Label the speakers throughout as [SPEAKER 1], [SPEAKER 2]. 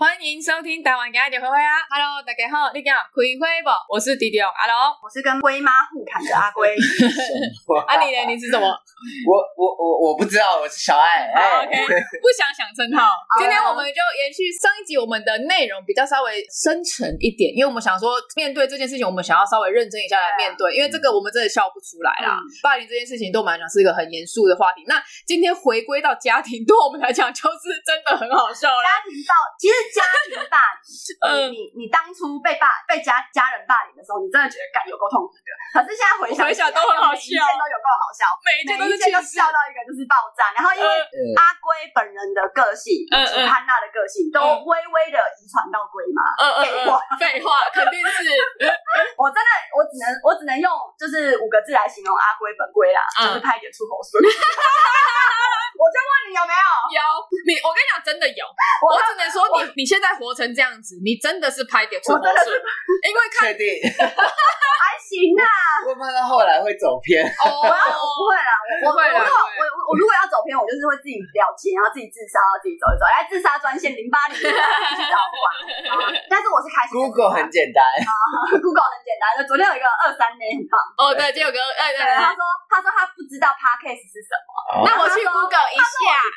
[SPEAKER 1] 欢迎收听台湾家的灰灰啊！Hello，大家好，你好，开会不？我是迪迪哦，阿龙。
[SPEAKER 2] 我是跟龟妈互砍的阿 龟，
[SPEAKER 1] 啊，你呢？你 是什么？
[SPEAKER 3] 我我我我不知道，我是小爱。
[SPEAKER 1] 好
[SPEAKER 3] 哎
[SPEAKER 1] ，OK，不想想称号。今天
[SPEAKER 2] 好
[SPEAKER 1] 我们就延续上一集，我们的内容比较稍微深沉一点，因为我们想说，面对这件事情，我们想要稍微认真一下来面对，因为这个我们真的笑不出来啦。
[SPEAKER 2] 嗯
[SPEAKER 1] 霸凌这件事情对我们来讲是一个很严肃的话题。那今天回归到家庭，对我们来讲就是真的很好笑 啦。
[SPEAKER 2] 家庭暴，其实家庭霸凌，
[SPEAKER 1] 嗯
[SPEAKER 2] 你你你当初被霸被家家人霸凌的时候，你真的觉得干有够痛苦的。可是现在回想
[SPEAKER 1] 回
[SPEAKER 2] 起来，
[SPEAKER 1] 想都很好
[SPEAKER 2] 每一
[SPEAKER 1] 笑
[SPEAKER 2] 件都有够好笑，
[SPEAKER 1] 每一
[SPEAKER 2] 每
[SPEAKER 1] 件都是
[SPEAKER 2] 一件
[SPEAKER 1] 趣
[SPEAKER 2] 都
[SPEAKER 1] 事
[SPEAKER 2] 笑。到一个就是爆炸。然后因为
[SPEAKER 1] 呃
[SPEAKER 3] 呃
[SPEAKER 2] 阿龟本人的个性以
[SPEAKER 1] 嗯
[SPEAKER 2] 及
[SPEAKER 1] 嗯
[SPEAKER 2] 潘娜的个性都
[SPEAKER 1] 嗯
[SPEAKER 2] 微微的遗传到龟妈，
[SPEAKER 1] 嗯嗯
[SPEAKER 2] 废
[SPEAKER 1] 嗯
[SPEAKER 2] 话，
[SPEAKER 1] 废话，肯定 是
[SPEAKER 2] 我真的我只能我只能用就是五个字来形容阿龟本龟啦，
[SPEAKER 1] 嗯
[SPEAKER 2] 就是拍点出口水。 我就问你有没有？
[SPEAKER 1] 有你，我跟你讲，真的有。
[SPEAKER 2] 我
[SPEAKER 1] 我只能说你，你现在活成这样子，你真的是拍点出
[SPEAKER 2] 我
[SPEAKER 1] 口
[SPEAKER 2] 真的
[SPEAKER 1] 水，因为看
[SPEAKER 3] 确定，
[SPEAKER 2] 还行啊，
[SPEAKER 3] 我怕他后来会走偏。
[SPEAKER 1] 哦，
[SPEAKER 2] 我要我不会啦，我
[SPEAKER 1] 不会啦
[SPEAKER 2] 我如果
[SPEAKER 1] 不会
[SPEAKER 2] 我我我如果要走偏，我就是会自己了结，然后自己自杀，然后自己走一走，来自杀专线零八零去找我玩。 啊但是我是开心的
[SPEAKER 3] Google 很简单，
[SPEAKER 2] Google 很简单，就昨天有一个二三妹很棒，
[SPEAKER 1] 哦，对，这有个，哎
[SPEAKER 2] 对，啊
[SPEAKER 1] 对
[SPEAKER 2] 他
[SPEAKER 1] 对，
[SPEAKER 2] 说他说他不知道 Podcast 是什么
[SPEAKER 1] 那我去 Google 一下，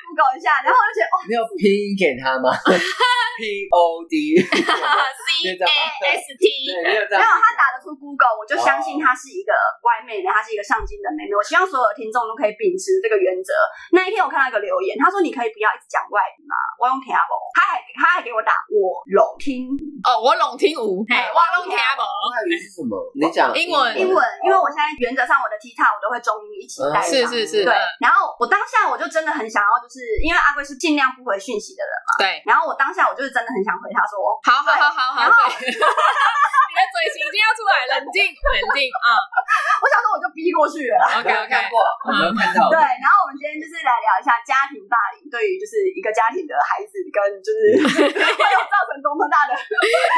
[SPEAKER 2] ，Google 一下，然后我就觉得哦，
[SPEAKER 3] 你有拼音给他 吗？P O D，
[SPEAKER 1] C A S T，
[SPEAKER 3] 对，你有这
[SPEAKER 2] 没有
[SPEAKER 3] 样。哦
[SPEAKER 2] 他打得出 Google，我就相信他是一个乖妹妹，她是一个上进的妹妹。我希望所有听众都可以秉持这个原则。那一天我看到一个留言，他说你可以不要一直讲外语吗？我用听啊不，他还他还给我打我聋听
[SPEAKER 1] 哦，我拢听无，嘿，我拢听无，
[SPEAKER 3] 外语是什么？你讲
[SPEAKER 1] 英文
[SPEAKER 2] 英文，因为我现在原则上我的 T 叉我都会中英一起带上。
[SPEAKER 1] 是是是，
[SPEAKER 2] 对
[SPEAKER 1] 嗯，
[SPEAKER 2] 然后我当下我就真的很想要，就是因为阿贵是尽量不回讯息的人嘛，
[SPEAKER 1] 对，
[SPEAKER 2] 然后我当下我就是真的很想回他说，
[SPEAKER 1] 好好好好好，
[SPEAKER 2] 然后
[SPEAKER 1] 对，你 的嘴型已经要出来，冷静冷静啊
[SPEAKER 2] 我想说我就逼过去了啦。
[SPEAKER 1] ，OK
[SPEAKER 3] 我有
[SPEAKER 1] OK，
[SPEAKER 3] 看过，我没有看到
[SPEAKER 2] 对，。然后我们今天就是来聊一下家庭霸凌对于就是一个家庭的孩子跟就是 会有造成多么大的。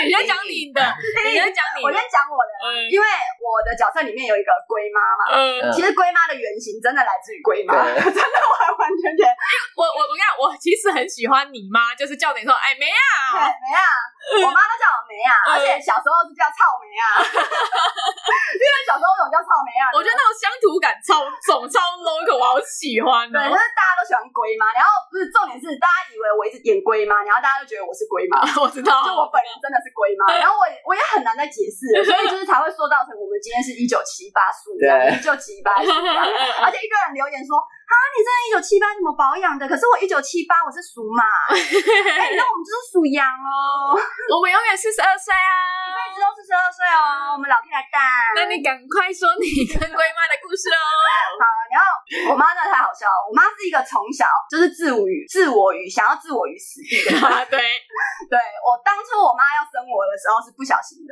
[SPEAKER 1] 你先讲你的，你先讲你
[SPEAKER 2] 我先
[SPEAKER 1] 的，嗯
[SPEAKER 2] 讲我的，因为我的角色里面有一个龟妈嘛，
[SPEAKER 1] 嗯嗯。
[SPEAKER 3] 嗯
[SPEAKER 2] 其实龟妈的原型真的来自于龟妈，
[SPEAKER 3] 对
[SPEAKER 2] 真的完完全全
[SPEAKER 1] 我我我跟你讲，我其实很喜欢你妈，就是叫你说，哎，没啊，
[SPEAKER 2] 梅啊，我妈都叫我梅啊，
[SPEAKER 1] 嗯
[SPEAKER 2] 而且小时候是叫草莓啊， 因为小时候为什么叫草莓啊？
[SPEAKER 1] 我觉得那种乡土感超重、超 local，我好喜欢
[SPEAKER 2] 对，
[SPEAKER 1] 哦。
[SPEAKER 2] 就是大家都喜欢龟妈，然后不是重点是大家以为我一直演龟妈，然后大家就觉得我是龟妈。
[SPEAKER 1] 啊我知道，
[SPEAKER 2] 就我本人真的是龟妈，然后我也我也很难再解释了，所以就是才会说造成我们今天是一九七八书，一九七八书，而且一堆人留言说啊，你这一九七八怎么保养的？可是我一九七八我是 属马，哎、那我们就是属羊哦，
[SPEAKER 1] 我们永远四十二岁
[SPEAKER 2] 一直
[SPEAKER 1] 啊！
[SPEAKER 2] 都四十二岁哦，我们老 K 来蛋。
[SPEAKER 1] 那你赶快说你跟龟妈的故事哦。
[SPEAKER 2] 然后我妈真的太好笑哦了，我妈是一个从小就是自我于自我于想要自我于死地的人。
[SPEAKER 1] 啊，对，
[SPEAKER 2] 对我当初我妈要生我的时候是不小心的，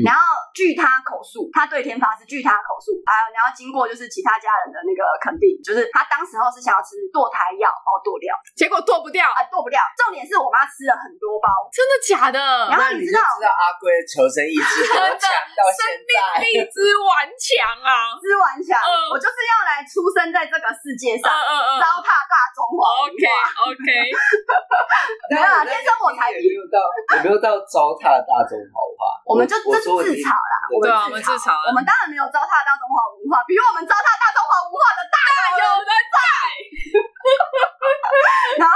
[SPEAKER 3] 嗯
[SPEAKER 2] 然后据她口述，她对天发誓，据她口述，还有然后经过就是其他家人的那个肯定，就是她当时候是想要吃堕胎药，把我堕掉
[SPEAKER 1] 结果剁不掉，
[SPEAKER 2] 啊，堕不掉。重点是我妈吃了很多包，
[SPEAKER 1] 真的假的？
[SPEAKER 2] 然后
[SPEAKER 3] 那
[SPEAKER 2] 你
[SPEAKER 3] 你
[SPEAKER 2] 知
[SPEAKER 3] 就
[SPEAKER 2] 道
[SPEAKER 3] 知道阿龟的求生意 志多
[SPEAKER 1] 真的
[SPEAKER 3] 强到现
[SPEAKER 1] 生
[SPEAKER 3] 在。
[SPEAKER 1] 命力之顽强啊！
[SPEAKER 2] 吃完想，
[SPEAKER 1] 嗯
[SPEAKER 2] 我就是要来出生在这个世
[SPEAKER 1] 嗯
[SPEAKER 2] 界上，
[SPEAKER 1] 嗯嗯。
[SPEAKER 2] 糟蹋大中华文
[SPEAKER 1] OK
[SPEAKER 2] 化。
[SPEAKER 1] OK，
[SPEAKER 2] 没有啊天生我才
[SPEAKER 3] 也没有到，也没有到糟蹋大众好话。
[SPEAKER 2] 我们就这
[SPEAKER 3] 我
[SPEAKER 2] 是
[SPEAKER 3] 说我
[SPEAKER 2] 自
[SPEAKER 3] 已经
[SPEAKER 2] 嘲啦，我
[SPEAKER 1] 对
[SPEAKER 2] 们
[SPEAKER 1] 啊，我们自
[SPEAKER 2] 自嘲。
[SPEAKER 1] 嘲
[SPEAKER 2] 我
[SPEAKER 1] 了。
[SPEAKER 2] 们当然没有糟蹋大中华文化，比我们糟蹋大中华文化的大
[SPEAKER 1] 有
[SPEAKER 2] 有
[SPEAKER 1] 人
[SPEAKER 2] 然后，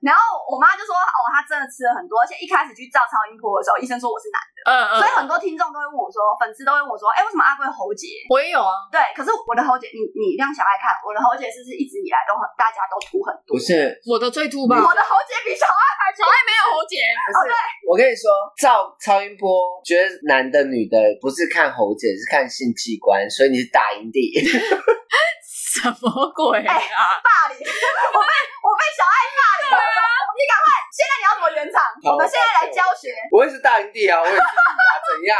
[SPEAKER 2] 然后我妈就说：“哦，她真的吃了很多，而且一开始去照超音波的时候，医生说我是男的，
[SPEAKER 1] 嗯嗯，
[SPEAKER 2] 所以很多听众都会问我说，粉丝都会问我说，哎，为什么阿贵喉结？
[SPEAKER 1] 我也有啊。
[SPEAKER 2] 对，可是我的喉结，你你让小爱看，我的喉结是不是一直以来都很大家都涂很多
[SPEAKER 3] 不？是
[SPEAKER 1] 我的最突吧，
[SPEAKER 2] 我的喉结比小爱还
[SPEAKER 1] 小爱没有喉结，
[SPEAKER 3] 不是，我跟你说，照超音波，觉得男的女的不是看喉结，是看性器官，所以你是大阴 蒂。
[SPEAKER 1] 什么鬼
[SPEAKER 2] 哎
[SPEAKER 1] 啊？
[SPEAKER 2] 霸凌， 我被我被小爱霸凌了。你赶快，现在你要怎么圆场？我
[SPEAKER 3] 好
[SPEAKER 2] 们现在来教学。
[SPEAKER 3] 我也是大阴蒂啊，我也是你啊，怎样？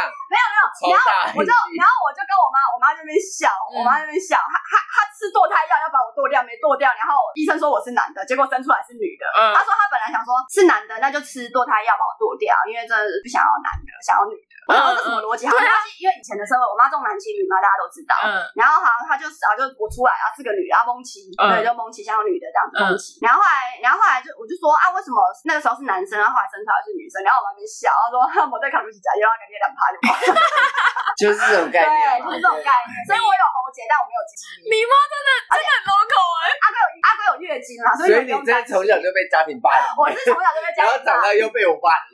[SPEAKER 3] 超大
[SPEAKER 2] 我就
[SPEAKER 1] 哎
[SPEAKER 2] 然后我就跟我妈，我妈在那边笑，我妈在那边笑，她她她吃堕胎药要把我堕掉，没堕掉，然后医生说我是男的，结果生出来是女的。
[SPEAKER 1] 嗯
[SPEAKER 2] 她说她本来想说是男的，那就吃堕胎药把我堕掉，因为这不想要男的，想要女的。我想说这什
[SPEAKER 1] 嗯
[SPEAKER 2] 么逻辑？好像因为以前的社会，我妈重男轻女嘛，大家都知道。
[SPEAKER 1] 啊嗯
[SPEAKER 2] 然后好像他就啊，就我出来啊，是个女的，啊，蒙奇，
[SPEAKER 1] 嗯
[SPEAKER 2] 对，就蒙奇像个女的这样子
[SPEAKER 1] 嗯
[SPEAKER 2] 蒙奇。然后后来，然后后来就我就说啊，为什么那个时候是男生，然后后来生出来是女生？然后我妈在那边笑，她说哈我在考虑起家，又要给你两趴就跑。
[SPEAKER 3] 就是这种
[SPEAKER 2] 对，
[SPEAKER 3] 概念
[SPEAKER 2] 就
[SPEAKER 3] 嘛，
[SPEAKER 2] 是这种概念。所以我有喉结，但我没有鸡
[SPEAKER 1] 你
[SPEAKER 2] 鸡。
[SPEAKER 1] 妈真的真的很 local 哎、
[SPEAKER 2] 阿哥有阿哥有月经啊啦，所
[SPEAKER 3] 所
[SPEAKER 2] 以不
[SPEAKER 3] 以你
[SPEAKER 2] 用
[SPEAKER 3] 真的
[SPEAKER 2] 担心
[SPEAKER 3] 从小就被家庭霸凌，
[SPEAKER 2] 我是从小就被家
[SPEAKER 3] 然后
[SPEAKER 2] 庭
[SPEAKER 3] 长
[SPEAKER 2] 霸
[SPEAKER 3] 大
[SPEAKER 2] 凌，
[SPEAKER 3] 又被我霸凌，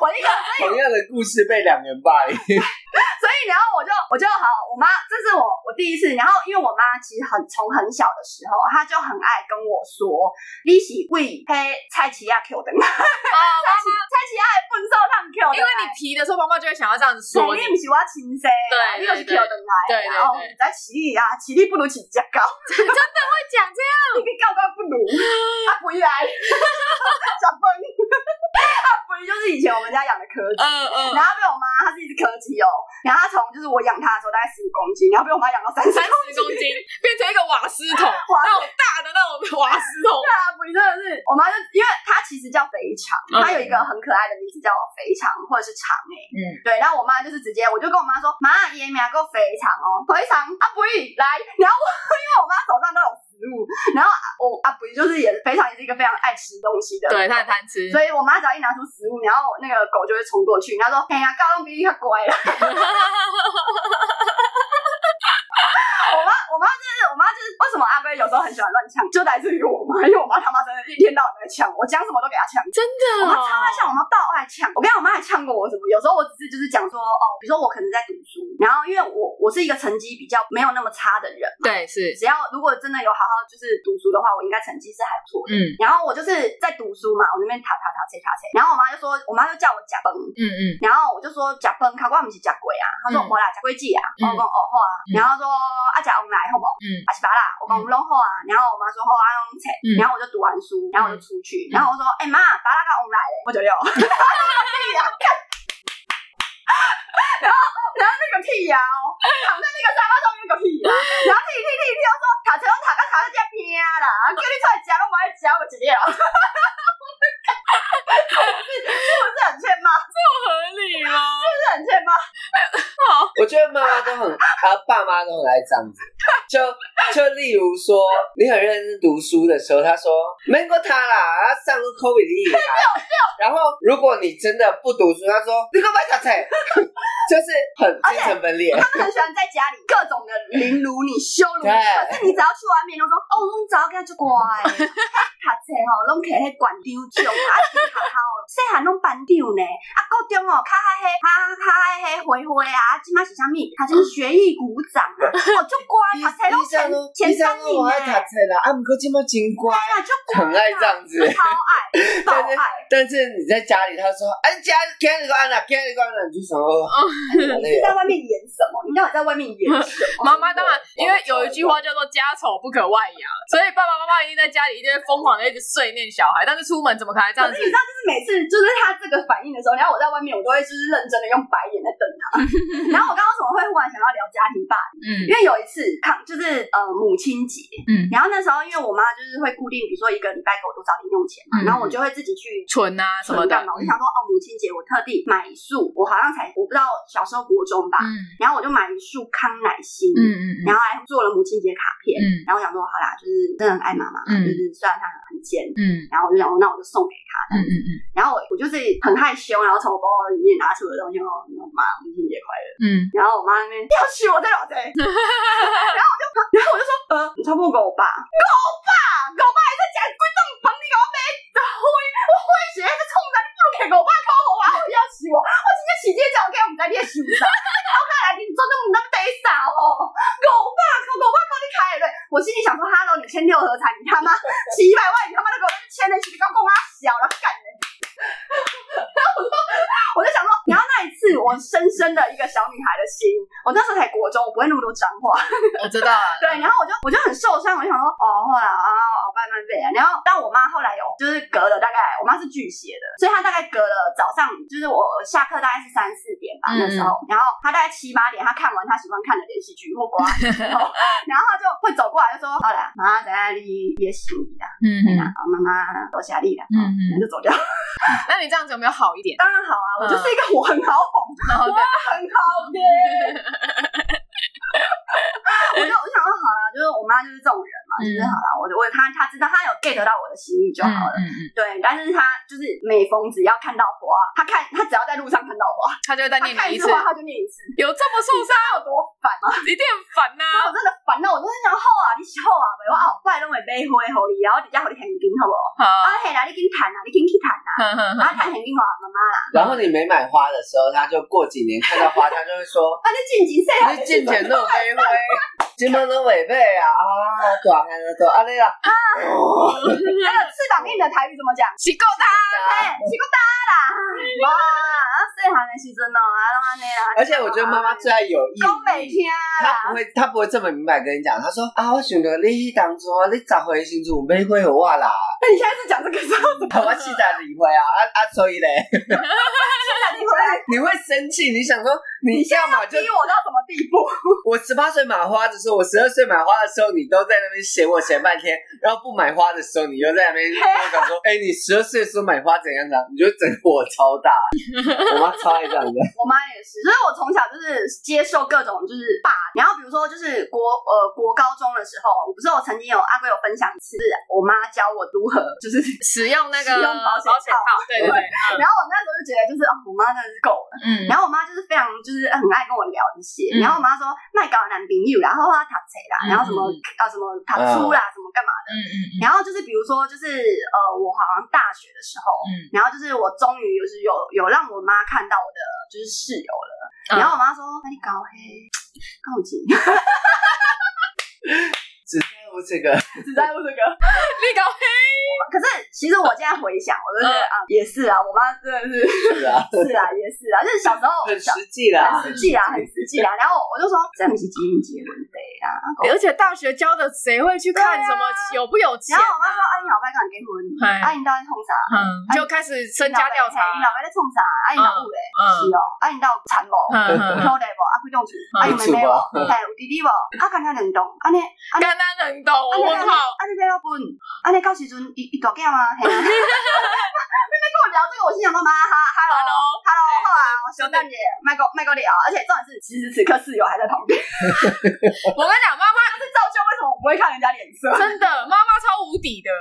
[SPEAKER 2] 我一个
[SPEAKER 3] 同样的故事被两个人霸
[SPEAKER 2] 嗯
[SPEAKER 3] 凌，
[SPEAKER 2] 所以然后我就我就好，我妈这是我我第一次，然后因为我妈其实很从很小的时候，她就很爱跟我说，你是为黑蔡奇亚 Q 的 吗？
[SPEAKER 1] 哦，
[SPEAKER 2] 蔡奇蔡奇亚的笨手他 Q 的，
[SPEAKER 1] 因为你提的时候，妈妈就会想要这样子说
[SPEAKER 2] 说你
[SPEAKER 1] 你。
[SPEAKER 2] 不是我亲生的，
[SPEAKER 1] 对
[SPEAKER 2] 你就是 Q 的来哦
[SPEAKER 1] 对对
[SPEAKER 2] 的，然后
[SPEAKER 1] 对
[SPEAKER 2] 在起立啊，起立不如起家高，
[SPEAKER 1] 会讲这样，
[SPEAKER 2] 你比高高 不如，啊不来， 小崩，啊不就是以前我们家养的柯基。
[SPEAKER 1] 嗯
[SPEAKER 2] 然后被我妈，它是一只柯基哦。然后它从就是我养它的时候大概十五公斤，然后被我妈养到三十
[SPEAKER 1] 三十公斤变成一个瓦斯 桶，
[SPEAKER 2] 哇
[SPEAKER 1] 那种大的那种瓦斯桶，
[SPEAKER 2] 大不真的是，我妈就因为她其实叫肥肠，
[SPEAKER 1] 嗯
[SPEAKER 2] 她有一个很可爱的名字叫肥肠或者是肠哎、
[SPEAKER 1] 嗯
[SPEAKER 2] 对，然后我妈就是直接，我就跟我妈说，妈，爷名够肥肠哦，肥肠阿不语 来，然后我因为我妈手上都有食物，然后我阿不语就是也肥肠也是一个非常爱吃东西的，
[SPEAKER 1] 对，他很贪吃，
[SPEAKER 2] 所以我妈只要一拿出食物，然后那个狗就会冲过去，然后说，哎呀，高中比你较乖啦。 我妈，我妈就是，我妈就是，为什么阿龟有时候很喜欢乱呛，就来自于我妈，因为我妈他妈真的一天到晚在呛，我讲什么都给她呛。
[SPEAKER 1] 真的、哦，
[SPEAKER 2] 我妈超爱呛，我妈爆爱呛。我跟你讲，我妈还呛过我什么？有时候我只是就是讲说，哦，比如说我可能在读书，然后因为我我是一个成绩比较没有那么差的人，
[SPEAKER 1] 对，是，
[SPEAKER 2] 只要如果真的有好好就是读书的话，我应该成绩是还不错的。
[SPEAKER 1] 嗯
[SPEAKER 2] 然后我就是在读书嘛，我那边塔塔塔切塔切，然后我妈就说，我妈就叫我假崩，
[SPEAKER 1] 嗯嗯，
[SPEAKER 2] 然后我就说假崩，考官不是假鬼啊，她说
[SPEAKER 1] 嗯
[SPEAKER 2] 我啦假鬼记啊，
[SPEAKER 1] 嗯
[SPEAKER 2] 我讲哦好啊，
[SPEAKER 1] 嗯
[SPEAKER 2] 然后说啊假翁来好不好？
[SPEAKER 1] 嗯
[SPEAKER 2] 啊是吧啦，我讲
[SPEAKER 1] 嗯
[SPEAKER 2] 拢好啊，然后我妈说好啊用切
[SPEAKER 1] 嗯，
[SPEAKER 2] 然后我就读完书，然后我就出去，
[SPEAKER 1] 嗯
[SPEAKER 2] 然后我说哎妈，巴拉个翁来嘞，我就 要。然后那个屁呀、哦，躺在那个沙发上面那个屁呀、哦然后踢踢踢踢，我说卡车拢卡到卡到这边啊啦，叫你出来吃拢不爱吃，我一个。哦我是不是很欠骂？是
[SPEAKER 1] 合理哦 吗？
[SPEAKER 2] 不是很欠骂？
[SPEAKER 3] 我觉得妈妈都很，啊，爸妈都很爱这样子。就就例如说，你很认真读书的时候，他说没过他啦，他上个 COVID 的疫苗啦。然后如果你真的不读书，他说你干嘛小菜， 就是很精神分 裂。
[SPEAKER 2] 他们很喜欢在家里各种的凌辱你、羞辱你，
[SPEAKER 3] 对
[SPEAKER 2] 可是你只要去外面，都说哦，我早起就乖， 读册吼，拢摕迄管丢奖，啊，去学校哦，细汉拢班长呢，啊，高中哦，较嗨迄，较较嗨迄灰灰啊，即摆是啥物？读成学艺股长啊，哦，就 乖，
[SPEAKER 3] 医
[SPEAKER 2] 读册拢
[SPEAKER 3] 医
[SPEAKER 2] 前前
[SPEAKER 3] 生都医生
[SPEAKER 2] 三
[SPEAKER 3] 都
[SPEAKER 2] 名
[SPEAKER 3] 我
[SPEAKER 2] 呢
[SPEAKER 3] 爱，读册啦，啊，不过今麦真乖，
[SPEAKER 2] 哎呀，就乖，
[SPEAKER 3] 很爱这样 子。
[SPEAKER 2] 超爱，爆
[SPEAKER 3] 但是
[SPEAKER 2] 爱。
[SPEAKER 3] 但是你在家里，他说哎，家今日个安啊啦，今日个安啦，你就想哦， 好
[SPEAKER 2] 你
[SPEAKER 3] 累
[SPEAKER 2] 在
[SPEAKER 3] 哦。
[SPEAKER 2] 外面演什么？你到底在外面演什 么？
[SPEAKER 1] 妈妈当然，因为有一句话叫做“家丑不可外扬”，所以爸爸妈妈一定在家里一定会疯狂的一直碎念小孩，但是出门怎么可能还这样
[SPEAKER 2] 可
[SPEAKER 1] 子
[SPEAKER 2] 是？你知道，就是每次就是他这个反应的时候，然后我在外面，我都会就是认真的用白眼在瞪他。 然后我刚刚为什么会忽然想要聊家庭霸凌？
[SPEAKER 1] 嗯
[SPEAKER 2] 因为有一次抗就是呃母亲节，
[SPEAKER 1] 嗯
[SPEAKER 2] 然后那时候因为我妈就是会固定，比如说一个礼拜给我多少零用钱嘛，
[SPEAKER 1] 嗯
[SPEAKER 2] 然后我就会自己去。
[SPEAKER 1] 蠢啊什么的，
[SPEAKER 2] 嘛，我就想说，哦，母亲节我特地买一束，我好像才我不知道小时候国中吧，
[SPEAKER 1] 嗯
[SPEAKER 2] 然后我就买一束康乃馨，
[SPEAKER 1] 嗯嗯嗯
[SPEAKER 2] 然后还做了母亲节卡片，
[SPEAKER 1] 嗯
[SPEAKER 2] 然后我想说，好啦，就是真的很爱妈妈，
[SPEAKER 1] 嗯
[SPEAKER 2] 就是虽然她很贱，
[SPEAKER 1] 嗯
[SPEAKER 2] 然后我就想说，那我就送给她。
[SPEAKER 1] 嗯嗯
[SPEAKER 2] 然后我我就是很害羞，然后从我包包里面拿出了东西，然后我妈母亲节快乐。
[SPEAKER 1] 嗯嗯，
[SPEAKER 2] 然后我妈那边要娶我在老贼，然后我就然后我就说呃，你差不多给我爸，给我爸，给我爸还在家里鬼洞房你给我买，我我会写在冲着你不如给我爸考好啊，我要娶我，我直接起这脚给我们在练手上，然后看来你做那么那么得傻哦，给我爸，给我爸帮你开了，我心里想说哈喽，你签六合彩，你他妈几百万，你他妈都给我签了，你刚供他小了，干 人。我就想说，然后那一次，我深深的一个小女孩的心，我那时候才国中，我不会那么多脏话，
[SPEAKER 1] 嗯我知道了。
[SPEAKER 2] 对，然后我就我就很受伤，我就想说，哦，后来啊，哦，拜拜拜，累啊。然后，但我妈后来有就是隔了大概，我妈是巨蟹的，所以她大概隔了早上，就是我下课大概是三四点吧、那时候，
[SPEAKER 1] 嗯
[SPEAKER 2] 然后她大概七八点，她看完她喜欢看的连续剧或国外 的时候，然后她就会走过来就说：“好啦，妈在那里也行啦，
[SPEAKER 1] 嗯
[SPEAKER 2] 啊，妈妈我下力啦。”
[SPEAKER 1] 嗯
[SPEAKER 2] 嗯
[SPEAKER 1] 嗯
[SPEAKER 2] 嗯，就走掉。
[SPEAKER 1] 那你这样子有没有好一点？
[SPEAKER 2] 当然好啊，我
[SPEAKER 1] 嗯
[SPEAKER 2] 就是一个我很好哄，
[SPEAKER 1] 然后对，
[SPEAKER 2] 很好骗。 我就我想说好了，就是我妈就是这种人嘛，就是
[SPEAKER 1] 嗯
[SPEAKER 2] 好了，我就我她她知道她有 get 到我的心意就好了。
[SPEAKER 1] 嗯嗯嗯，
[SPEAKER 2] 对，但是她就是每逢只要看到花，她看她只要在路上看到花，
[SPEAKER 1] 他就会再
[SPEAKER 2] 她
[SPEAKER 1] 念
[SPEAKER 2] 看
[SPEAKER 1] 你一次
[SPEAKER 2] 次，花她就念一次，
[SPEAKER 1] 有这么受伤，
[SPEAKER 2] 她有多烦啊！
[SPEAKER 1] 一定很烦啊呐。
[SPEAKER 2] 我真的烦到我真的想好啊，你好啊，袂我后摆拢会买花互你，然后底下互你现金好无？
[SPEAKER 1] 好
[SPEAKER 2] 啊，嘿啦，你紧趁啊，你紧去趁啊，
[SPEAKER 1] 哼哼
[SPEAKER 2] 啊，
[SPEAKER 1] 哼，
[SPEAKER 2] 趁现金互妈妈啦，
[SPEAKER 3] 然后你没买花的时候，他就过几年看到花，他就会说
[SPEAKER 2] 啊，你尽情说啊，
[SPEAKER 3] 你进前 都飞灰，金门都违背啊啊，大汉都啊你啦，
[SPEAKER 2] 还有哎翅膀硬的台语怎么讲？
[SPEAKER 1] 洗够他，
[SPEAKER 2] 哎，是个大啦，哇，啊，细汉的时阵哦，啊，拢安尼啦。
[SPEAKER 3] 而且我觉得妈妈最爱有意
[SPEAKER 2] 讲袂
[SPEAKER 3] 义。
[SPEAKER 2] 听
[SPEAKER 3] 她
[SPEAKER 2] 啦
[SPEAKER 3] 不，会，她不会这么明白跟你讲。她说啊，我想到你当初啊，你十岁时阵买花给我啦，
[SPEAKER 2] 那你现在是讲这个时候，
[SPEAKER 3] 啊我四十二岁啊，啊啊，所以嘞，
[SPEAKER 2] 你回来
[SPEAKER 3] 你会生气，你想说你
[SPEAKER 2] 你现在
[SPEAKER 3] 要么
[SPEAKER 2] 要
[SPEAKER 3] 就
[SPEAKER 2] 逼我到什么地步？
[SPEAKER 3] 我十八岁买花的时候，我十二岁买花的时候，你都在那边嫌我嫌半天，然后不买花的时候，你又在那边跟我 讲说，哎、你十二岁的时候买花怎样怎样，你就整个我 超大，我妈超爱这 样的，
[SPEAKER 2] 我妈也是，所以我从小就是接受各种就是霸，然后比如说就是国呃国高中的时候，我不是我曾经有阿贵有分享一次，就是我妈教我如何就是。
[SPEAKER 1] 使用那个
[SPEAKER 2] 使用保险套
[SPEAKER 1] 套，对对对，
[SPEAKER 2] 然后我那时候就觉得，就是哦，我妈真的是够了。
[SPEAKER 1] 嗯，
[SPEAKER 2] 然后我妈就是非常，就是很爱跟我聊这些。
[SPEAKER 1] 嗯
[SPEAKER 2] 然后我妈说，那搞男朋友，然后她读册啦，然后什么
[SPEAKER 1] 嗯
[SPEAKER 2] 啊什么读书啦，什么干嘛
[SPEAKER 1] 嗯嗯嗯
[SPEAKER 2] 然后就是比如说，就是呃，我好像大学的时候，
[SPEAKER 1] 嗯
[SPEAKER 2] 然后就是我终于就是有有让我妈看到我的就是室友了，
[SPEAKER 1] 嗯，
[SPEAKER 2] 然后我妈说：“那你搞黑，搞紧，
[SPEAKER 3] 只在乎这个，
[SPEAKER 2] 只在乎这个。
[SPEAKER 1] 你搞黑，”
[SPEAKER 2] 可是其实我现在回想，我就
[SPEAKER 1] 嗯
[SPEAKER 2] 觉得啊，也是啊，我妈真的是
[SPEAKER 3] 是啊，
[SPEAKER 2] 是啊，也是啊，就是小时候
[SPEAKER 3] 很
[SPEAKER 2] 小
[SPEAKER 3] 实际啦，
[SPEAKER 2] 很实际啊，很实际啊。然后我就说：“这不是基因结婚的啊。
[SPEAKER 1] 而且大学教的谁会去看
[SPEAKER 2] 对啊
[SPEAKER 1] 什么有不有”钱
[SPEAKER 2] 然？后我妈说：“啊，你老爸敢结婚？
[SPEAKER 1] 嗨
[SPEAKER 2] 啊，你到底冲啥？
[SPEAKER 1] 嗯，就开始身
[SPEAKER 2] 你老
[SPEAKER 1] 家
[SPEAKER 2] 爸
[SPEAKER 1] 调查
[SPEAKER 2] 嘿你，老爸在冲啥？啊，你老母嘞？是
[SPEAKER 1] 嗯
[SPEAKER 2] 哦，啊，你到底惨无？”
[SPEAKER 1] 嗯嗯嗯，
[SPEAKER 2] 有的无，啊，几种厝，
[SPEAKER 1] 哎
[SPEAKER 2] 啊，有妹妹无，嘿，有弟弟无，啊，干那两栋，安尼，安尼，
[SPEAKER 1] 干他能懂，
[SPEAKER 2] 安
[SPEAKER 1] 哦
[SPEAKER 2] 尼，
[SPEAKER 1] 我靠，
[SPEAKER 2] 安尼买到分，安尼到时阵伊伊大囝吗？嘿啊， 你在跟我聊这个，我心想说妈哈，hello。
[SPEAKER 1] Hello，
[SPEAKER 2] Hello，好啊，我圣诞节麦哥麦哥聊，而且重点是，此时此刻室友还在旁边， 这
[SPEAKER 1] 我跟你讲，妈妈
[SPEAKER 2] 造就为什么我不会看人家脸色，
[SPEAKER 1] 真的，妈妈超无敌的，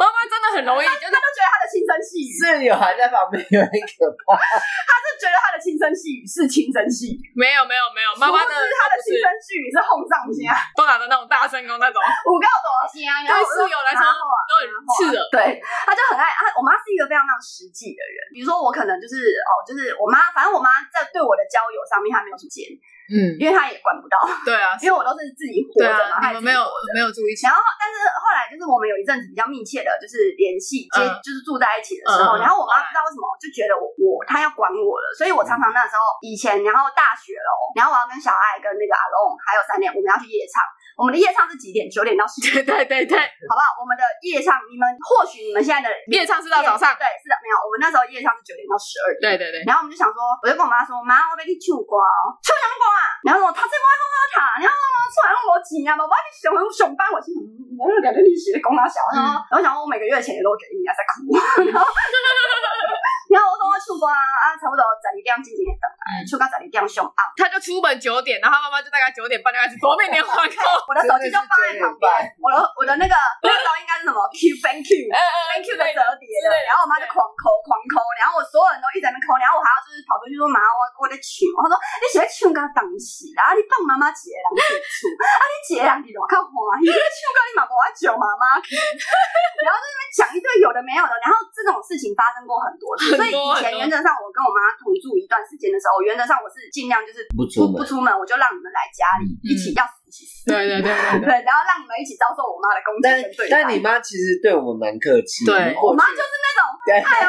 [SPEAKER 1] 妈妈真的很容易，就是
[SPEAKER 2] 他就觉得他的轻声细语，
[SPEAKER 3] 室友还在旁边有点可怕，
[SPEAKER 2] 他就觉得他的轻声细语是轻声细语，
[SPEAKER 1] 没有没有没有，妈妈
[SPEAKER 2] 殊
[SPEAKER 1] 的
[SPEAKER 2] 不知他的
[SPEAKER 1] 不
[SPEAKER 2] 轻
[SPEAKER 1] 是
[SPEAKER 2] 声细语是哄上家，
[SPEAKER 1] 都拿着那种大声公那种，
[SPEAKER 2] 五个多声，
[SPEAKER 1] 对
[SPEAKER 2] 然后我就
[SPEAKER 1] 室友来说
[SPEAKER 2] 然后啊
[SPEAKER 1] 都很刺耳。
[SPEAKER 2] 对，他就很爱他。我妈是一个非常非常实际的人。比如说我可能就是哦，就是我妈，反正我妈在对我的交友上面她没有什么建议，
[SPEAKER 1] 嗯，
[SPEAKER 2] 因为她也管不到，
[SPEAKER 1] 对啊，
[SPEAKER 2] 因为我都是自己活
[SPEAKER 1] 对
[SPEAKER 2] 着嘛。
[SPEAKER 1] 啊，
[SPEAKER 2] 她
[SPEAKER 1] 你
[SPEAKER 2] 也
[SPEAKER 1] 们
[SPEAKER 2] 自己
[SPEAKER 1] 没有
[SPEAKER 2] 活着
[SPEAKER 1] 没有住一起
[SPEAKER 2] 然，后，但是后来就是我们有一阵子比较密切的，就是联系，接、
[SPEAKER 1] 嗯
[SPEAKER 2] 就是住在一起的时
[SPEAKER 1] 嗯嗯
[SPEAKER 2] 候，
[SPEAKER 1] 嗯
[SPEAKER 2] 然后我妈不知道为什么就觉得我我她要管我了，所以我常常那时候以前，然后大学了，然后我要跟小爱跟那个阿龙还有三点，我们要去夜唱。我们的夜唱是几点？九点到十 点，
[SPEAKER 1] 对对对对，
[SPEAKER 2] 好不好？我们的夜唱，你们或许你们现在的
[SPEAKER 1] 夜唱是到早上，
[SPEAKER 2] 对，是的，没有，我们那时候夜唱是九点到十二点。
[SPEAKER 1] 对对对，
[SPEAKER 2] 然后我们就想说，我就跟我妈说，妈，我要去唱歌哦，唱什么歌啊？然后说，他这歌好好听，然后说，出来我钱啊，我要去上上班，我心想，嗯我就感觉你写的公他小，
[SPEAKER 1] 嗯
[SPEAKER 2] 然后我想说我每个月的钱也都给你啊，在哭， 然后。然后我说我唱歌啊，啊，差不多十二点进前等
[SPEAKER 1] 嗯
[SPEAKER 2] 啊，唱到十二点上啊，
[SPEAKER 1] 他就出门九点，然后他妈妈就大概九点半就开始夺命连环 扣，
[SPEAKER 2] 我的手机就放在旁边，我的我的那个那时候应该是什么 Q Thank You
[SPEAKER 1] 嗯嗯
[SPEAKER 2] Thank you
[SPEAKER 1] 之
[SPEAKER 2] 的
[SPEAKER 1] 类
[SPEAKER 2] 折叠的，然后我妈就狂抠狂抠，然后我所有人都一直在那抠，然后我还要就是跑出去说妈，我我在抢，她说你喜欢抢个东西啦，啊你帮妈妈一个人去厝，啊你一个人伫外口欢喜，你抢 个你嘛无我叫妈妈去，然后就在那边讲一堆有的没有的，然后这种事情发生过很多
[SPEAKER 1] 很多
[SPEAKER 2] 次，所以以前
[SPEAKER 1] 很多
[SPEAKER 2] 原则上我跟我妈同住一段时间的时候，我原则上我是尽量就是
[SPEAKER 3] 不
[SPEAKER 2] 不不出门，我就让你们来家里
[SPEAKER 1] 嗯
[SPEAKER 2] 一起要死一起死，
[SPEAKER 1] 对对对对
[SPEAKER 2] 对，然后让你们一起遭受我妈的攻击
[SPEAKER 3] 但
[SPEAKER 2] 跟对待。
[SPEAKER 3] 但你妈其实对我们蛮客气，
[SPEAKER 1] 对
[SPEAKER 2] 我
[SPEAKER 3] 我
[SPEAKER 2] 妈就是那种，
[SPEAKER 3] 对，
[SPEAKER 2] 哎呦。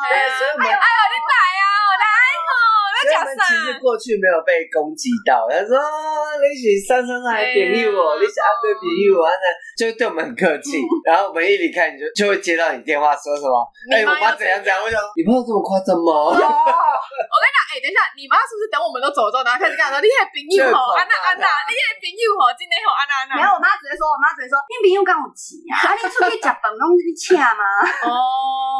[SPEAKER 3] 对，所以我们
[SPEAKER 1] 哎呦，你来啊，我来哦，来
[SPEAKER 3] 所以他
[SPEAKER 1] 假
[SPEAKER 3] 们
[SPEAKER 1] 啥
[SPEAKER 3] 其？实过去没有被攻击到，他说啊你是上上上来贬义
[SPEAKER 1] 对啊
[SPEAKER 3] 我，
[SPEAKER 1] 嗯
[SPEAKER 3] 你是阿对贬义我，那就对我们很客气。然后我们一离开，你就就会接到你电话说什么？哎，
[SPEAKER 1] 你
[SPEAKER 3] 我
[SPEAKER 1] 妈要
[SPEAKER 3] 妈怎样怎样？我想你朋友这么夸张吗？
[SPEAKER 1] 哎、等一下，你妈是不是等我们都走之后，然后开始跟我说：“你还朋友吼，安娜
[SPEAKER 3] 啊
[SPEAKER 1] 安娜，你还朋友吼，今天吼安娜安娜。”
[SPEAKER 2] 没有，我妈只会说，我哦妈只会说，你朋友跟我急啊， 啊你出去吃饭拢你请吗？
[SPEAKER 1] 哦，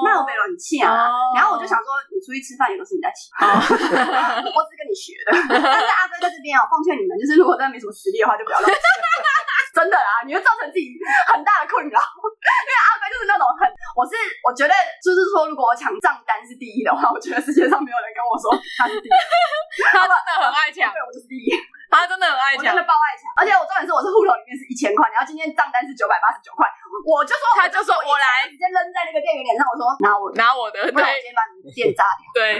[SPEAKER 2] 那我被你请啊。
[SPEAKER 1] 哦
[SPEAKER 2] 然后我就想说，你出去吃饭也都是你在请，
[SPEAKER 3] 哦
[SPEAKER 2] 我只是跟你学的。但是阿哥在这边啊，我奉劝你们，就是如果真的没什么实力的话，就不要乱吃。 真的啊，你会造成自己很大的困扰，因为阿哥就是那种很，我是我觉得就是说，如果我抢账单是第一的话，我觉得世界上没有人跟我说他是第一，
[SPEAKER 1] 她真的很爱抢，
[SPEAKER 2] 对我就是第一，
[SPEAKER 1] 她真的很爱
[SPEAKER 2] 我真
[SPEAKER 1] 抢
[SPEAKER 2] 的，爆爱抢。而且我重点是我是户头里面是一千块，然后今天账单是九百八十九块，我就说
[SPEAKER 1] 她就说：“我来
[SPEAKER 2] 直接扔在那个店员脸上，我说拿我的，
[SPEAKER 1] 拿我的。”
[SPEAKER 2] 不然我
[SPEAKER 1] 对
[SPEAKER 2] 今天把你店砸掉。
[SPEAKER 1] 对，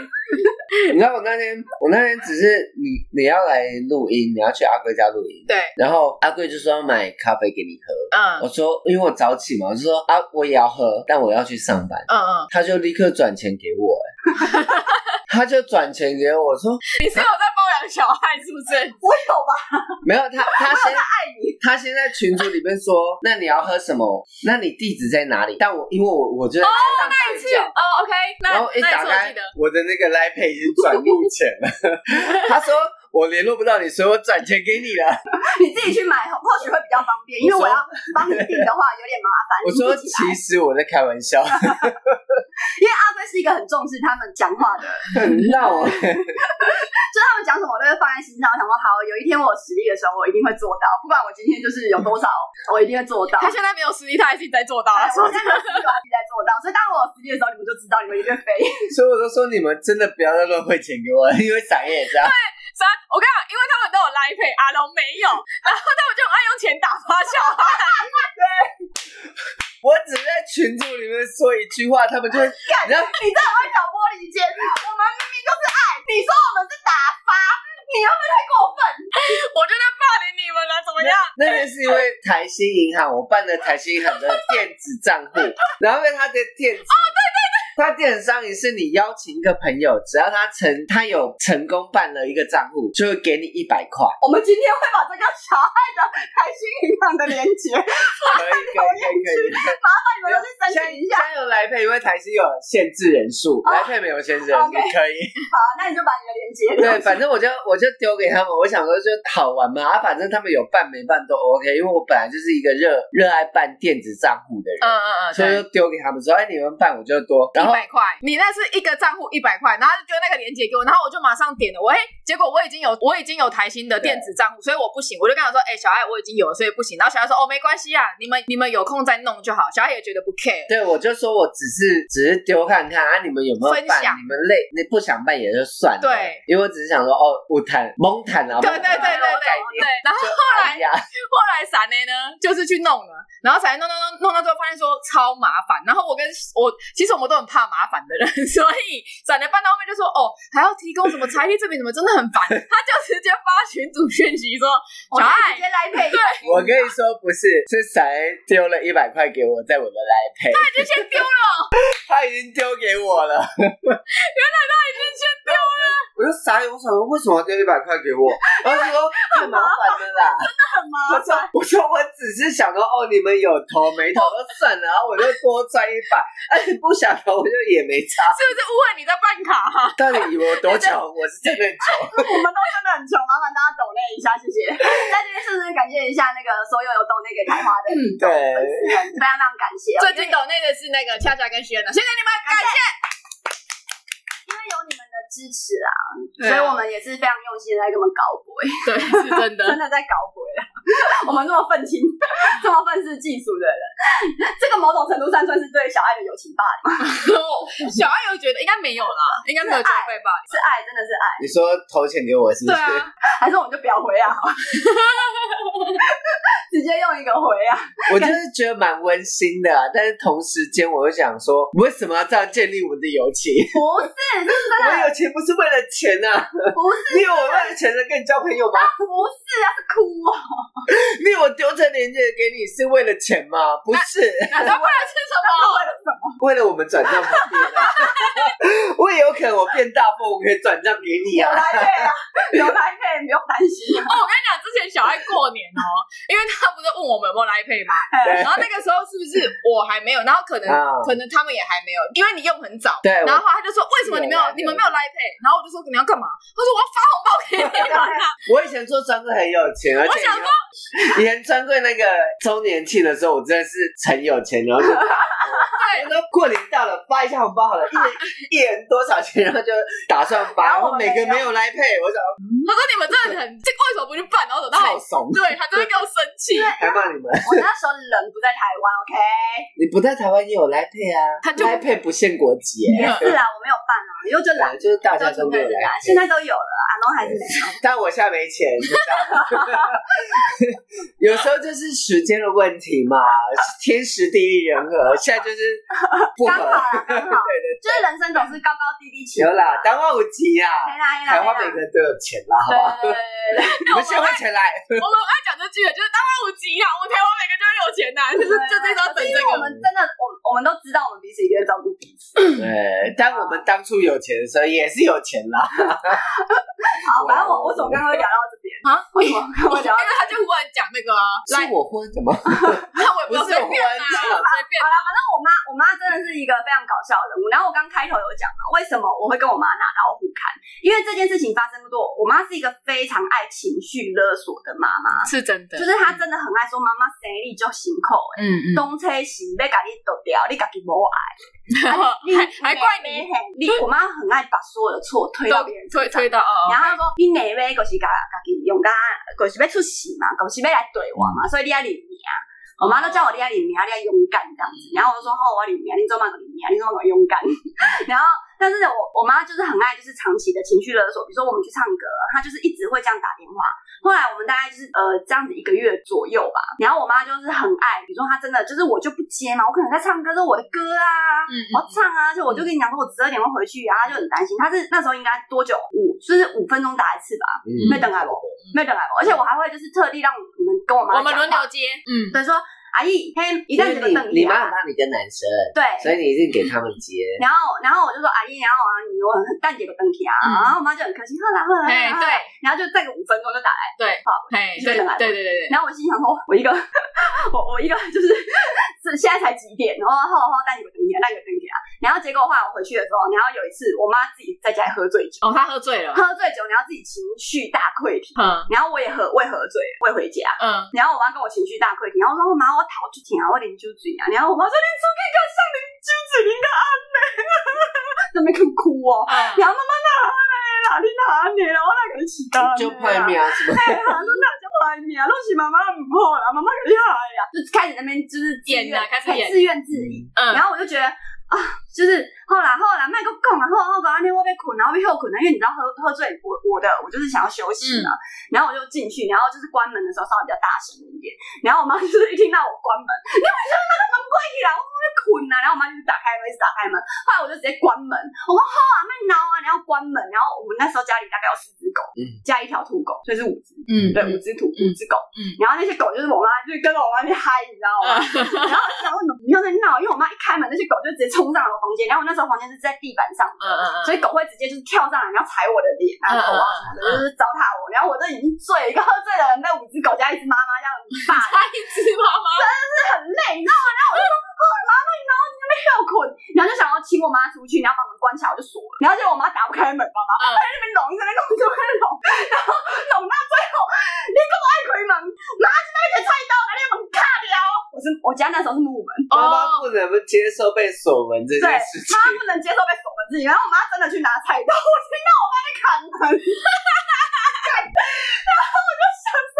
[SPEAKER 3] 你知道我那天，我那天只是你你要来录音，你要去阿贵家录音，
[SPEAKER 1] 对，
[SPEAKER 3] 然后阿贵就说要买咖啡给你喝。
[SPEAKER 1] 嗯
[SPEAKER 3] 我说因为我早起嘛，我就说啊我也要喝，但我要去上班。
[SPEAKER 1] 嗯嗯，
[SPEAKER 3] 他就立刻转钱给我、欸，他就转钱给我，我说
[SPEAKER 1] 你是有在包养小孩是不是？
[SPEAKER 2] 我有吧？
[SPEAKER 3] 没有，他他先
[SPEAKER 2] 爱你。
[SPEAKER 3] 他先在群组里面说，那你要喝什么？那你地址在哪里？但我因为我我
[SPEAKER 1] 哦
[SPEAKER 3] 就在山上睡
[SPEAKER 1] 是
[SPEAKER 3] 觉。
[SPEAKER 1] 哦，OK，那
[SPEAKER 3] 然后一
[SPEAKER 1] 那
[SPEAKER 3] 打
[SPEAKER 1] 你说我
[SPEAKER 3] 开
[SPEAKER 1] 记得，
[SPEAKER 3] 我的那个 Line Pay 已经转入钱了。 他说我联络不到你，所以我转钱给你了。
[SPEAKER 2] 你自己去买，或许会比较方便，因为我要帮你订的话有点麻烦。
[SPEAKER 3] 我说
[SPEAKER 2] 你自己来
[SPEAKER 3] 其实我在开玩 笑，
[SPEAKER 2] 因为阿飞是一个很重视他们讲话的人，
[SPEAKER 3] 很闹啊。
[SPEAKER 2] 就是他们讲什么我都会放在心上。我想说，好，有一天我有实力的时候，我一定会做到，不管我今天就是有多少，我一定会做到。
[SPEAKER 1] 她现在没有实力，她还是在做到啊。
[SPEAKER 2] 哎 我现在没有实力，我还自己在做到，所以当我有实力的时候，你们就知道你们一定会飞。
[SPEAKER 3] 所以我就说你们真的不要再乱汇钱给我，因为傻也这样。
[SPEAKER 1] 三，我跟你讲，因为他们都有 Line Pay，阿龙没有，然后他们就很爱用钱打发小孩。
[SPEAKER 3] 我只是在群组里面说一句话，他们就会，你知道
[SPEAKER 2] 你这很会挑拨离间，我们明明就是爱，你说我们是打发，你会不会太过分？
[SPEAKER 1] 我就在霸凌你们了，怎么样？
[SPEAKER 3] 那那天是因为台新银行，我办了台新银行的电子账 户，然后因为他的电子，哦，对对对，他电子商也是你邀请一个朋友，只要他成他有成功办了一个账户，就会给你一百 块，
[SPEAKER 2] 我们今天会把这个小爱的台新银行的连接，
[SPEAKER 3] 可以可以可以可以。
[SPEAKER 2] 你们都去申请
[SPEAKER 3] 现在
[SPEAKER 2] 一
[SPEAKER 3] 现
[SPEAKER 2] 下。
[SPEAKER 3] 在有来配，因为台新有限制人数，来配没有限制人数，
[SPEAKER 2] OK
[SPEAKER 3] 可以。
[SPEAKER 2] 好，那你就把你的连接留
[SPEAKER 3] 对，
[SPEAKER 2] 下
[SPEAKER 3] 反正我就我就丢给他们，我想说就好玩嘛，啊，反正他们有办没办都 OK，因为我本来就是一个热热爱办电子账户的人。
[SPEAKER 1] 嗯嗯嗯，
[SPEAKER 3] 所以就丢给他们说，哎，你们办我就多，
[SPEAKER 1] 一
[SPEAKER 3] 然后
[SPEAKER 1] 百块，你那是一个账户一百块，然后他就丢那个链接给我，然后我就马上点了，我哎、结果我已经有我已经有台新的电子账户，所以我不行，我就跟他说，哎、小爱我已经有了，所以不行。然后小爱说，哦，没关系啊，你们你们有空再弄就好。小爱也觉得不 care，
[SPEAKER 3] 对我就说我只是只是丢看看啊，你们有没有
[SPEAKER 1] 分
[SPEAKER 3] 办？
[SPEAKER 1] 享
[SPEAKER 3] 你们累，你不想办也就算了。
[SPEAKER 1] 对，
[SPEAKER 3] 因为我只是想说，哦，我谈蒙谈 啊，
[SPEAKER 1] 对对对对
[SPEAKER 2] 我
[SPEAKER 1] 对对。然后
[SPEAKER 3] 后
[SPEAKER 1] 来 后来闪呢呢，就是去弄了，然后闪弄弄弄弄到最后发现说超麻烦。然后我跟我其实我们都很怕麻烦的人， 所以闪呢办到后面就说哦，还要提供什么财力证明什么，真的很烦。他就直接发群主讯息说，
[SPEAKER 2] 我
[SPEAKER 1] 小
[SPEAKER 2] 就
[SPEAKER 1] 爱
[SPEAKER 2] 直接来配。
[SPEAKER 1] 对
[SPEAKER 3] 我跟你说不是，是谁丢了一百块给我，在我的来配，
[SPEAKER 1] 就先丢了，
[SPEAKER 3] 他已经丢给我了。
[SPEAKER 1] 已经先丢
[SPEAKER 3] 我就傻眼，我想说为什么要丢一百块给我？然后 他说太麻烦了啦。
[SPEAKER 2] 很 麻
[SPEAKER 3] 我说我说我只是想说哦，你们有投没投就算了，然后我就多赚一百， 哎，不想投我就也没差。
[SPEAKER 1] 是不是误会你在办卡、啊？
[SPEAKER 3] 到底以为我多穷？ 我是真的很穷。
[SPEAKER 2] 我们都真的很穷，麻烦大家抖内一下，谢谢。在这边顺便感谢一下那个所有有抖内给开花的
[SPEAKER 3] 对，
[SPEAKER 2] 粉丝们，非常非常感谢哦。
[SPEAKER 1] 最近抖内的是那个恰恰跟啊轩的，谢谢你们，感谢。
[SPEAKER 2] 因为有你们的支持啊，所以我们也是非常用心地在给我们搞鬼，
[SPEAKER 1] 对是真 的
[SPEAKER 2] 真的在搞鬼了。 我们这么愤青，这么愤世嫉俗的人，这个某种程度上算是对小爱的友情霸凌，
[SPEAKER 1] 小爱有觉得应该没有啦，应该没有觉得被霸凌。
[SPEAKER 2] 是爱，真的是爱。
[SPEAKER 3] 你说投钱给我是
[SPEAKER 1] 对
[SPEAKER 3] 不是？
[SPEAKER 1] 啊，
[SPEAKER 2] 还是我们就不要回啊，好 了直接用一个回啊。
[SPEAKER 3] 我就是觉得蛮温馨的、啊，但是同时间我又想说，为什么要这样建立我们的友情？
[SPEAKER 2] 不是，
[SPEAKER 3] 我们友情不是为了钱呐、啊，
[SPEAKER 2] 不是，
[SPEAKER 3] 你以为我为了钱能跟你交朋友吗？
[SPEAKER 2] 不是啊，是哭哦。
[SPEAKER 3] 你以为我丢这链接给你是为了钱吗？不是，
[SPEAKER 1] 那不然是什么？
[SPEAKER 2] 为了什么？
[SPEAKER 3] 为了我们转账方便啊。我也有可能 等我变大富，我可以转账给你
[SPEAKER 2] 有
[SPEAKER 3] 啊。
[SPEAKER 2] 来配啊，有来配，不用担心啊。
[SPEAKER 1] 哦，我跟你讲， 之前小爱过年哦，因为他不是问我们有没有来配吗？
[SPEAKER 3] 对
[SPEAKER 1] 然后那个时候是不是我还没有？然后可能、
[SPEAKER 3] 啊
[SPEAKER 1] 可能他们也还没有，因为你用很早。
[SPEAKER 3] 对啊
[SPEAKER 1] 然后他就说为什么你没有
[SPEAKER 3] 我
[SPEAKER 1] 你们没有来配？然后我就说你要干嘛？他说我要发红包给你们啊！
[SPEAKER 3] 我以前做专柜很有钱，而且
[SPEAKER 1] 想
[SPEAKER 3] 以前专柜那个周年庆的时候，我真的是很有钱，然后就大
[SPEAKER 1] 对
[SPEAKER 3] 我那过年到了发一下红包好了，一人一人多少钱，然后就打算发，
[SPEAKER 2] 然
[SPEAKER 3] 然
[SPEAKER 2] 后
[SPEAKER 3] 后
[SPEAKER 2] 我
[SPEAKER 3] 每个
[SPEAKER 2] 没有
[SPEAKER 3] 没有来配，我想
[SPEAKER 1] 他说你们真的很，这为什么不去办？然后等到
[SPEAKER 3] 操
[SPEAKER 1] 还
[SPEAKER 3] 怂，
[SPEAKER 1] 对，他真的给我生气，
[SPEAKER 3] 还骂你们，
[SPEAKER 2] 我那时候人不在台湾，OK？
[SPEAKER 3] 你不在台湾也有来配啊，
[SPEAKER 1] 他就
[SPEAKER 3] 来配不限国籍耶，
[SPEAKER 2] 也是啊，我没有办啊，以后就来。
[SPEAKER 3] 对就是大家都没有来啊
[SPEAKER 2] 啊，
[SPEAKER 3] 配
[SPEAKER 2] 现，在都有了，阿东还是没有。
[SPEAKER 3] 但我现在没钱，就这样。 有时候就是时间的问题嘛，天时地利人和，现在就是不
[SPEAKER 2] 刚好
[SPEAKER 3] 合。
[SPEAKER 2] 啦，刚好，就是人生总是高高低低起。
[SPEAKER 3] 有啦，当万五级啊，
[SPEAKER 2] 黑啦黑啦，
[SPEAKER 3] 台湾每
[SPEAKER 2] 黑啦
[SPEAKER 3] 个人都有钱啦， 好不好？
[SPEAKER 2] 对对对对对，
[SPEAKER 3] 你们先汇钱来，
[SPEAKER 1] 我们爱讲这句的，就是当然我急啊，我们台湾每个人都有钱呐、就是
[SPEAKER 3] 啊
[SPEAKER 1] 就这招等
[SPEAKER 2] 因
[SPEAKER 1] 这
[SPEAKER 2] 为
[SPEAKER 1] 个
[SPEAKER 2] 我。们真的，我我们都知道，我们彼此一定会照顾彼此。
[SPEAKER 3] 对，当我们当初有钱的时候也是有钱啦。
[SPEAKER 2] 好，反正我我怎么刚刚会聊到这边
[SPEAKER 1] 哦啊？
[SPEAKER 2] 为什么
[SPEAKER 1] 因
[SPEAKER 2] 我
[SPEAKER 1] 为
[SPEAKER 2] 聊到？
[SPEAKER 1] 他就忽然讲那个啊，来，
[SPEAKER 3] 我婚怎么？
[SPEAKER 2] 啊
[SPEAKER 1] 那我也不知道
[SPEAKER 3] 不
[SPEAKER 1] 随
[SPEAKER 3] 是我
[SPEAKER 1] 便啊，
[SPEAKER 3] 忽然讲
[SPEAKER 1] 随 便
[SPEAKER 2] 好。啦，反正我妈，我妈真的是一个非常搞笑的人物。然后我刚开头有讲嘛，为什么我会跟我妈拿老虎看？因为这件事情发生过，我妈是一个非常爱情绪勒索的妈妈，
[SPEAKER 1] 是真的，
[SPEAKER 2] 就是她真的很爱说妈妈生你就辛苦欸
[SPEAKER 1] 嗯嗯，
[SPEAKER 2] 东吹西要甲你剁掉，你家己无爱，你
[SPEAKER 1] 还 还怪你
[SPEAKER 2] 妹妹嘿你我妈很爱把所有的错推到别人身
[SPEAKER 1] 推
[SPEAKER 2] 上。
[SPEAKER 1] 推到哦，
[SPEAKER 2] 然后她说：“你妹妹就是家家己用家，就是要出事嘛，就是要来怼我嘛，所以你要领命啊。”我妈都叫我你要领命，啊你要勇敢这样子。然后我就说：“好，我要领命，啊你做嘛个领命，你做嘛个勇敢。” 然后，但是我我妈就是很爱，就是长期的情绪勒索。比如说我们去唱歌，她就是一直会这样打电话。后来我们大概就是呃这样子一个月左右吧。然后我妈就是很爱，比如说她真的就是我就不接嘛，我可能在唱歌，这是我的歌啊，
[SPEAKER 1] 嗯嗯
[SPEAKER 2] 我要唱啊，就我就跟你讲说我十二点会回去啊，她就很担心。她是那时候应该多久五就是五分钟打一次吧，
[SPEAKER 3] 嗯
[SPEAKER 2] 没等来我，没等来我，而且我还会就是特地让你们跟我
[SPEAKER 1] 我
[SPEAKER 2] 妈
[SPEAKER 1] 们
[SPEAKER 2] 讲
[SPEAKER 1] 轮
[SPEAKER 2] 话
[SPEAKER 1] 流接，嗯，
[SPEAKER 2] 对说阿姨，嘿，一
[SPEAKER 3] 因
[SPEAKER 2] 旦这个
[SPEAKER 3] 为
[SPEAKER 2] 等啊
[SPEAKER 3] 你你妈很怕你跟男生，
[SPEAKER 2] 对，
[SPEAKER 3] 所以你一定给他们接。
[SPEAKER 2] 然后，然后我就说阿姨，然后啊，你我很淡姐的登题啊，
[SPEAKER 1] 嗯
[SPEAKER 2] 然后我妈就很客气，喝啦喝啦，
[SPEAKER 1] 哎
[SPEAKER 2] 喝啦
[SPEAKER 1] 对，
[SPEAKER 2] 然后就再个五分钟就打来，
[SPEAKER 1] 对，
[SPEAKER 2] 好，
[SPEAKER 1] 哎，
[SPEAKER 2] 就
[SPEAKER 1] 对
[SPEAKER 2] 等来
[SPEAKER 1] 对对
[SPEAKER 2] 我
[SPEAKER 1] 对对，
[SPEAKER 2] 然后我心想说，我一个，我我一个就是是现在才几点，哦然后后后淡姐的登题啊，淡姐的登题啊，然后结果后来我回去的时候，然后有一次我妈自己在家里喝醉酒，
[SPEAKER 1] 哦，他喝醉了，
[SPEAKER 2] 喝醉酒，然后自己情绪大溃体，
[SPEAKER 1] 嗯
[SPEAKER 2] 然后我也喝，我也喝醉了，我也回家，
[SPEAKER 1] 嗯，
[SPEAKER 2] 然后我妈跟我情绪大溃体，然后我说妈，我逃出去啊，我零酒嘴啊，然后我妈说你怎么可以上零酒嘴，你个安呢？那边更哭哦。
[SPEAKER 1] 嗯
[SPEAKER 2] 然后妈妈哪来啦？你哪呢啦？我哪个是干
[SPEAKER 3] 就拍面。啊 什么？
[SPEAKER 2] 哎呀，都哪叫拍命啊？都是妈妈唔好啦，妈妈厉害呀。就开始那边就是自
[SPEAKER 1] 演啊开始演
[SPEAKER 2] 自怨自艾。
[SPEAKER 1] 嗯
[SPEAKER 2] 然后我就觉得啊，就是后来后来麦克讲啊，后来后来那天我被捆，然后被后捆了，因为你知道喝喝醉，我我的我就是想要休息
[SPEAKER 1] 嗯
[SPEAKER 2] 嘛。然后我就进去，然后就是关门的时候稍微比较大声一点。然后我妈就是一听到我关门，你为什么把门关起来？我被捆啊！然后我妈就是打开门，一直打开门。后来我就直接关门，我说好啊，麦挠啊，然后关门。然后我们那时候家里大概有四只狗，
[SPEAKER 3] 嗯
[SPEAKER 2] 加一条土狗，所以是五只。
[SPEAKER 1] 嗯，
[SPEAKER 2] 对，五只土，五只狗，
[SPEAKER 1] 嗯
[SPEAKER 2] 然后那些狗就是我妈，就跟着我妈去嗨，你知道吗？然后然后你们不要再闹，因为我妈一开门，那些狗就直接冲上了我房间，然后我那时候房间是在地板上，
[SPEAKER 1] 嗯嗯嗯，
[SPEAKER 2] 所以狗会直接就是跳上来，然后踩我的脸啊、头啊什么的，就是糟蹋我，然后我这已经醉了，一个喝醉的人被五只狗加一只妈妈这样霸凌
[SPEAKER 1] 他一只妈 妈，
[SPEAKER 2] 很累，你知道吗？然后我就说，哦，妈妈，你拿我那边跳捆，然后就想要请我妈出去，然后把门关起来，我就锁了。然后结果我妈打不开门，妈妈
[SPEAKER 1] 嗯
[SPEAKER 2] 她在那边拢，在那边拢，在那边拢，然后拢到最后，你给我爱开门，拿起那个菜刀，把那门卡掉。我是我家那时候是木门，
[SPEAKER 3] 妈妈
[SPEAKER 1] 哦
[SPEAKER 3] 不能接受被锁门这
[SPEAKER 2] 对，
[SPEAKER 3] 件事
[SPEAKER 2] 妈
[SPEAKER 3] 情。
[SPEAKER 2] 不能接受被锁门自己，然后我妈真的去拿菜刀，我听到我妈在砍门， 然后我就想说。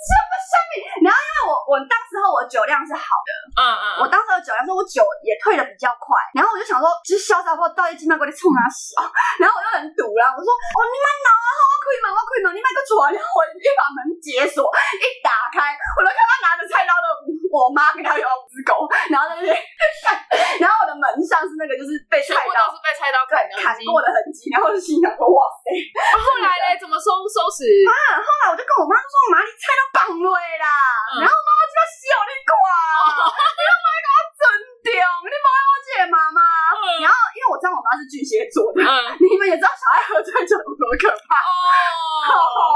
[SPEAKER 2] 什么生命？然后因为我我当时候我酒量是好的。
[SPEAKER 1] 嗯嗯，
[SPEAKER 2] 我当时的酒量说，我酒也退的比较快，然后我就想说，就是潇洒不到底今麦过来冲他笑，啊 然后我就很堵啦，我说哦你们脑啊，我开门，我开门，你麦个出来，然后我一把门解锁，一打开，我就看他拿着菜刀的我妈跟他有五只狗，然后在那边，然后我的门上是那个就是被
[SPEAKER 1] 全部
[SPEAKER 2] 菜刀
[SPEAKER 1] 都是被菜刀砍
[SPEAKER 2] 对
[SPEAKER 1] 的，
[SPEAKER 2] 砍过的痕迹，然后我就心想说哇塞，
[SPEAKER 1] 哦后来嘞， 怎么收收拾？
[SPEAKER 2] 后来我就跟我妈说，妈你菜刀绑落啦，
[SPEAKER 1] 嗯
[SPEAKER 2] 然后妈妈就笑你看，你妈妈给我整掉，你不要我这个妈妈。
[SPEAKER 1] 嗯
[SPEAKER 2] 然后因为我知道我妈是是巨蟹座的，
[SPEAKER 1] 嗯，
[SPEAKER 2] 你们也知道小孩喝醉酒有多可怕，
[SPEAKER 1] 哦，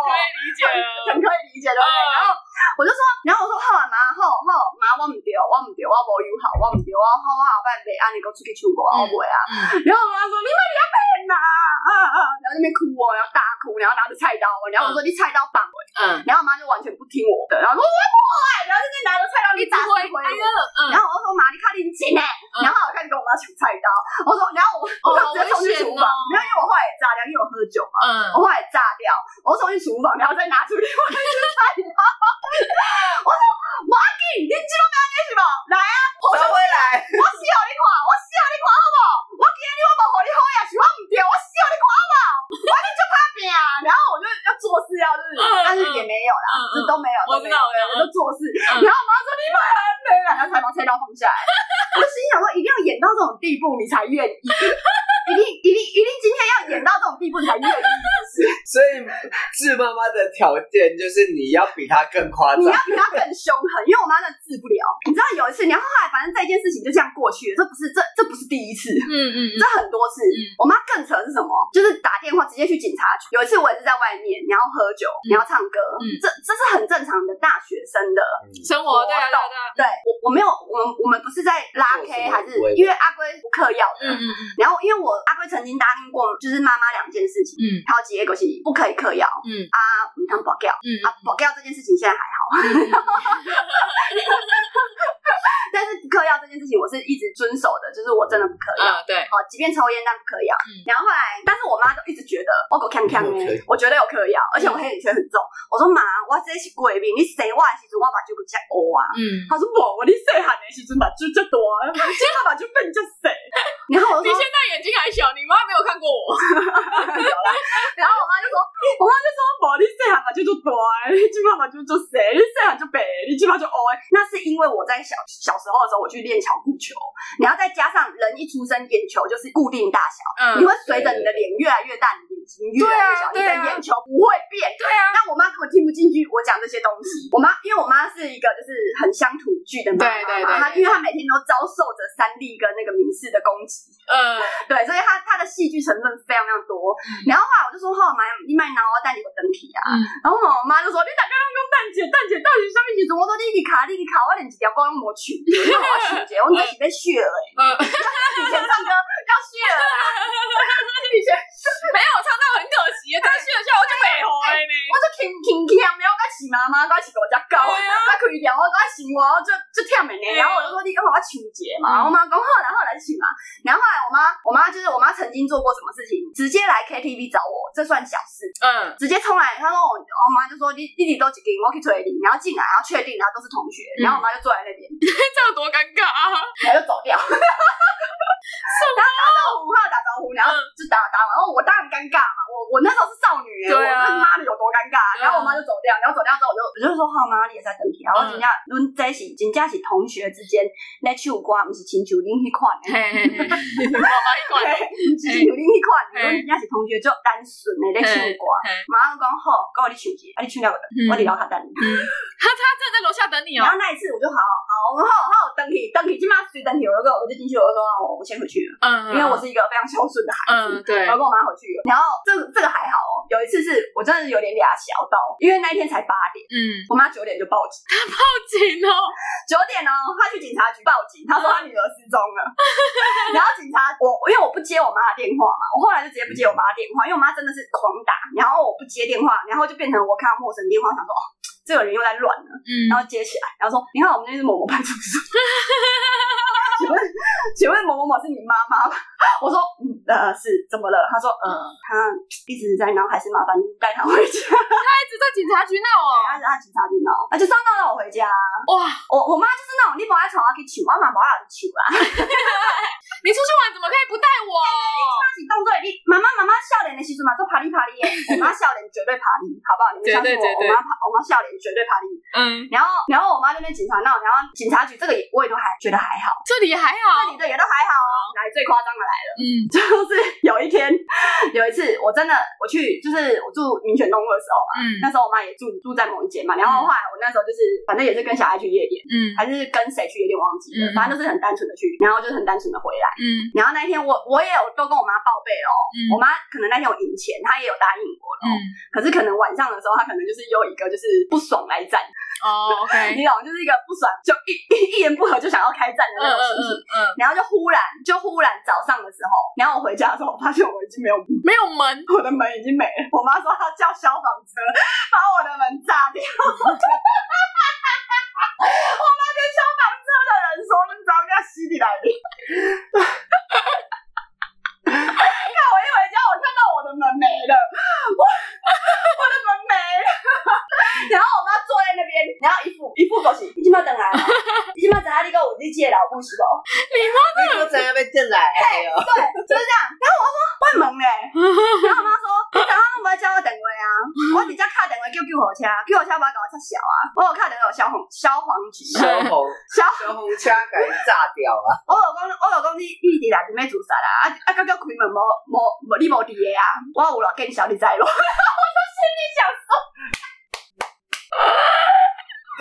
[SPEAKER 1] 可以理解了，
[SPEAKER 2] 很可以理 解，对不对？
[SPEAKER 1] 嗯
[SPEAKER 2] 然后我就说，然后我说好啊妈，好好妈，我唔对，我唔对，我无友好，我唔对，我好我后摆袂安尼，我出去唱歌，我袂啊。然后我妈说：“你们你要被拿啊啊！”然后在那边哭哦，然后大哭，然后拿着菜刀哦，然后我说：“你菜刀绑我。
[SPEAKER 1] 嗯”，
[SPEAKER 2] 然后我妈就完全不听我的，然后说：“我不会。”然后就在拿着菜刀，你打回我。
[SPEAKER 1] 嗯
[SPEAKER 2] 然，后我就说：“妈，你看你紧哎！”然后我开始跟我妈抢菜刀，我说：“然后我我就直接冲去厨房，没有，因为我后来也炸掉，因为我喝酒嘛，
[SPEAKER 1] 嗯
[SPEAKER 2] 我后来也炸掉，我冲去厨房，然后再拿出另外一只菜刀。 我说：“我阿弟，你知道咩意思无？来啊，我
[SPEAKER 3] 收回来，
[SPEAKER 2] 我死予你看，我死予你看好无？我今日我无互你好，也是我毋对，我死予你看好无？我你就怕拼，然后我就要做事要就是，但是也没有啦，
[SPEAKER 1] 嗯
[SPEAKER 2] 这都没有，
[SPEAKER 1] 我
[SPEAKER 2] 都
[SPEAKER 1] 知
[SPEAKER 2] 没
[SPEAKER 1] 道
[SPEAKER 2] 有，
[SPEAKER 1] 我知道嗯
[SPEAKER 2] 我就做事。然后我妈说你们很美，啊然后才把菜刀放下来。 我心想说，一定要演到这种地步，你才愿意。一定一定一定，今天要演到这种地步，你才愿意。
[SPEAKER 3] 所以智妈妈的条件就是你要比她更夸
[SPEAKER 2] 你要
[SPEAKER 3] 张，
[SPEAKER 2] 比他更凶狠，因为我妈真的治不了。你知道有一次，然后后来反正这件事情就这样过去了，这不是这这不是第一次。
[SPEAKER 1] 嗯嗯嗯
[SPEAKER 2] 这很多次。
[SPEAKER 1] 嗯
[SPEAKER 2] 我妈更扯的是什么？就是打电话直接去警察局。有一次我也是在外面，然后喝酒，然后唱歌，
[SPEAKER 1] 嗯
[SPEAKER 2] 这这是很正常的大学生的。
[SPEAKER 1] 生活对啊对啊对啊，
[SPEAKER 2] 对我我没有，我们我们不是在拉
[SPEAKER 3] 做什
[SPEAKER 2] K
[SPEAKER 3] 么
[SPEAKER 2] 还是
[SPEAKER 3] 我也不
[SPEAKER 2] 因为阿龟不嗑药的。
[SPEAKER 1] 嗯嗯
[SPEAKER 2] 然后，因为我阿龟曾经答应过，就是妈妈两件事情，
[SPEAKER 1] 嗯
[SPEAKER 2] 还有几个就是不可以嗑药
[SPEAKER 1] 嗯
[SPEAKER 2] 啊，唔当保掉
[SPEAKER 1] 嗯
[SPEAKER 2] 啊，保掉这件事情现在还好， 但是不嗑药这件事情我是一直遵守的，就是我真的不嗑药。
[SPEAKER 1] 啊对，
[SPEAKER 2] 哦，即便抽烟但不嗑药。
[SPEAKER 1] 嗯
[SPEAKER 2] 然后后来，但是我妈就一直觉得我够呛呛的
[SPEAKER 3] 我可以，
[SPEAKER 2] 我觉得有嗑药，而且我黑眼圈很重。我说妈，我这是过敏，你洗我的时阵我目睭骨遮黑啊。
[SPEAKER 1] 嗯。
[SPEAKER 2] 她说无，你细汉的时阵目睭遮大，即下目睭变遮细。然后我
[SPEAKER 1] 你
[SPEAKER 2] 就说
[SPEAKER 1] 现，在眼睛还小，你妈没有看过我。
[SPEAKER 2] 然后我妈就说，我妈就说无，你细汉目睭就大，你即下目睭就细，你细汉就白，你即下就黑。那是因为我在小小时候的时候，我去练巧固球，然后再加上人一出生眼球就是固定大小。
[SPEAKER 1] 嗯
[SPEAKER 2] 你会随着你的脸越来越大，你眼睛越来越小，你
[SPEAKER 1] 对
[SPEAKER 2] 的
[SPEAKER 1] 啊对啊
[SPEAKER 2] 眼球不会变。
[SPEAKER 1] 对啊，
[SPEAKER 2] 但我妈根本听不进去我讲这些东西。我妈因为我妈是一个就是很乡土剧的妈妈嘛，
[SPEAKER 1] 对对对
[SPEAKER 2] 她因为她每天都遭受着三立跟那个民视的攻击，
[SPEAKER 1] 嗯，
[SPEAKER 2] 对，所以她她的戏剧成分非常非常多。然后后来我就说：“哈、妈，你买脑我带你个灯体啊。
[SPEAKER 1] 嗯
[SPEAKER 2] 然后我妈就说：“你大概拢讲蛋姐，蛋姐到底什么时阵？”我说：“你去卡，你去卡，我连一条光拢无取，你我取姐，我这是被血了、欸。
[SPEAKER 1] 嗯，
[SPEAKER 2] 以前唱歌要血了啊，以前。”
[SPEAKER 1] 没有唱到很可惜，但是一下哎我就没红了呢。
[SPEAKER 2] 我就轻轻轻，然后我是妈妈，我是我只狗，
[SPEAKER 1] 对啊
[SPEAKER 2] 我开条，我我生活，我就就忝的呢。
[SPEAKER 1] 对啊
[SPEAKER 2] 然后我就说你跟我抢劫
[SPEAKER 1] 嗯
[SPEAKER 2] 嘛，我妈讲好，哦然后来抢嘛。然后后来我妈，我妈就是我妈曾经做过什么事情，直接来 KTV 找我，这算小事。
[SPEAKER 1] 嗯
[SPEAKER 2] 直接冲来，她说我我妈就说你你弟都几斤，我去催你，然后进来，然后确定，然后都是同学，
[SPEAKER 1] 嗯
[SPEAKER 2] 然后我妈就坐在那边，
[SPEAKER 1] 这有多尴尬啊！
[SPEAKER 2] 然后就走掉。 然后打招呼，她有打招呼，然后
[SPEAKER 1] 嗯
[SPEAKER 2] 就打打完，然后我当然尴尬嘛，我我那时候是少女、欸，
[SPEAKER 1] 对
[SPEAKER 2] 我
[SPEAKER 1] 啊
[SPEAKER 2] 他妈的有多尴尬、
[SPEAKER 1] 对啊
[SPEAKER 2] 然后我妈就走掉，然后走掉之后我就我就说好妈，你也在等题啊，我
[SPEAKER 1] 嗯
[SPEAKER 2] 真正阮这是真正是同学之间咧唱歌，毋是亲像恁迄款的。
[SPEAKER 1] 嘿嘿嘿，我妈一
[SPEAKER 2] 对，
[SPEAKER 1] 管。
[SPEAKER 2] 毋是亲像恁迄款的，阮
[SPEAKER 1] 嘿
[SPEAKER 2] 真正是同学就单纯的咧唱歌
[SPEAKER 1] 嘿嘿。
[SPEAKER 2] 妈就讲好，跟我你唱一下，啊你唱了我
[SPEAKER 1] 嗯
[SPEAKER 2] 我伫楼下等你。
[SPEAKER 1] 他他正在楼下等你
[SPEAKER 2] 然
[SPEAKER 1] 哦。
[SPEAKER 2] 后那一次我就好好好好好等你等你，即马随等你，我就我就进去，我就说哦我先回去了，
[SPEAKER 1] 嗯，
[SPEAKER 2] 因为我是一个非常孝顺的孩子。
[SPEAKER 1] 嗯对
[SPEAKER 2] 然后跟我妈回去了，然后这个这个还好哦。有一次是我真的是有点俩小到，因为那一天才八点，
[SPEAKER 1] 嗯，
[SPEAKER 2] 我妈九点就报警，
[SPEAKER 1] 好紧哦。
[SPEAKER 2] 九点呢她去警察局报警，她说她女儿失踪了。 然后警察我因为我不接我妈的电话嘛，我后来就直接不接我妈的电话，因为我妈真的是狂打，然后我不接电话，然后就变成我看到陌生电话，想说哦这个人又在乱了。
[SPEAKER 1] 嗯
[SPEAKER 2] 然后接起来，然后说：“你看我们那是某某派出所。” 请问，请问某某某是你妈妈吗？我说：“嗯，呃，是，怎么了？”他说：“呃，他一直在闹，还是麻烦你带他回家。
[SPEAKER 1] 一直在警察局闹哦。
[SPEAKER 2] 他是他警察局闹，啊，就是要闹让我回家。
[SPEAKER 1] 哇，
[SPEAKER 2] 我我妈就是那种，你不爱吵，我去求，我妈不爱求啊。
[SPEAKER 1] 你出去玩怎么可以不带我？
[SPEAKER 2] 那是动作，你妈妈妈妈笑脸的时候嘛，都啪哩啪哩的。我妈笑脸绝对啪哩，好不好？你们相信我，
[SPEAKER 1] 绝对绝对
[SPEAKER 2] 我妈啪，我妈笑脸也绝对怕地狱。
[SPEAKER 1] 嗯，
[SPEAKER 2] 然后然后我妈那边警察闹，然后警察局这个也我也都还觉得还好，
[SPEAKER 1] 这里还
[SPEAKER 2] 这
[SPEAKER 1] 好，
[SPEAKER 2] 里的也都还好哦。来，最夸张的来了，
[SPEAKER 1] 嗯
[SPEAKER 2] 就是有一天有一次我真的我去就是我住民权东路的时候嘛，
[SPEAKER 1] 嗯
[SPEAKER 2] 那时候我妈也住住在某一间嘛，然后后来我那时候就是反正也是跟小孩去夜店，
[SPEAKER 1] 嗯
[SPEAKER 2] 还是跟谁去夜店忘记
[SPEAKER 1] 嗯
[SPEAKER 2] 了，反正就是很单纯的去，然后就是很单纯的回来。
[SPEAKER 1] 嗯
[SPEAKER 2] 然后那一天我我也有都跟我妈报备哦，
[SPEAKER 1] 嗯
[SPEAKER 2] 我妈可能那天有赢钱，她也有答应我了
[SPEAKER 1] 嗯
[SPEAKER 2] 哦，可是可能晚上的时候，她可能就是又一个就是不爽来战，
[SPEAKER 1] 哦，OK，
[SPEAKER 2] 你懂，就是一个不爽就一一一言不合就想要开战的
[SPEAKER 1] 嗯嗯
[SPEAKER 2] 那种心
[SPEAKER 1] 嗯
[SPEAKER 2] 情。
[SPEAKER 1] 嗯，
[SPEAKER 2] 然后就忽然，就忽然早上的时候，然后我回家的时候，我发现我已经没有，我
[SPEAKER 1] 没有门，
[SPEAKER 2] 的门已经没了。我妈说她叫消防车把我的门炸掉。 我妈跟消防车的人说，你找人家洗你来的。看我一回家，我看到我的门没了，我我的门没了。然后我妈坐在那边，然后一副一副就是，你今麦等来啊，你今麦等来，你跟我你姐老母哦是不？
[SPEAKER 3] 你都怎样被电来哦？
[SPEAKER 2] 对，就是这样。然后我说我很懵嘞，然后我妈说你早上没叫我电话 啊，我直接敲电话叫救护车，救护车把我搞出小啊，我有敲电话消防消防局，
[SPEAKER 3] 小红
[SPEAKER 2] 消
[SPEAKER 3] 小红掐给炸掉啊！
[SPEAKER 2] 我有讲我有讲你你伫内面要自杀啦，啊啊，刚刚开门无无无你无伫个啊，我有偌见晓你知无？ 我就心里想哦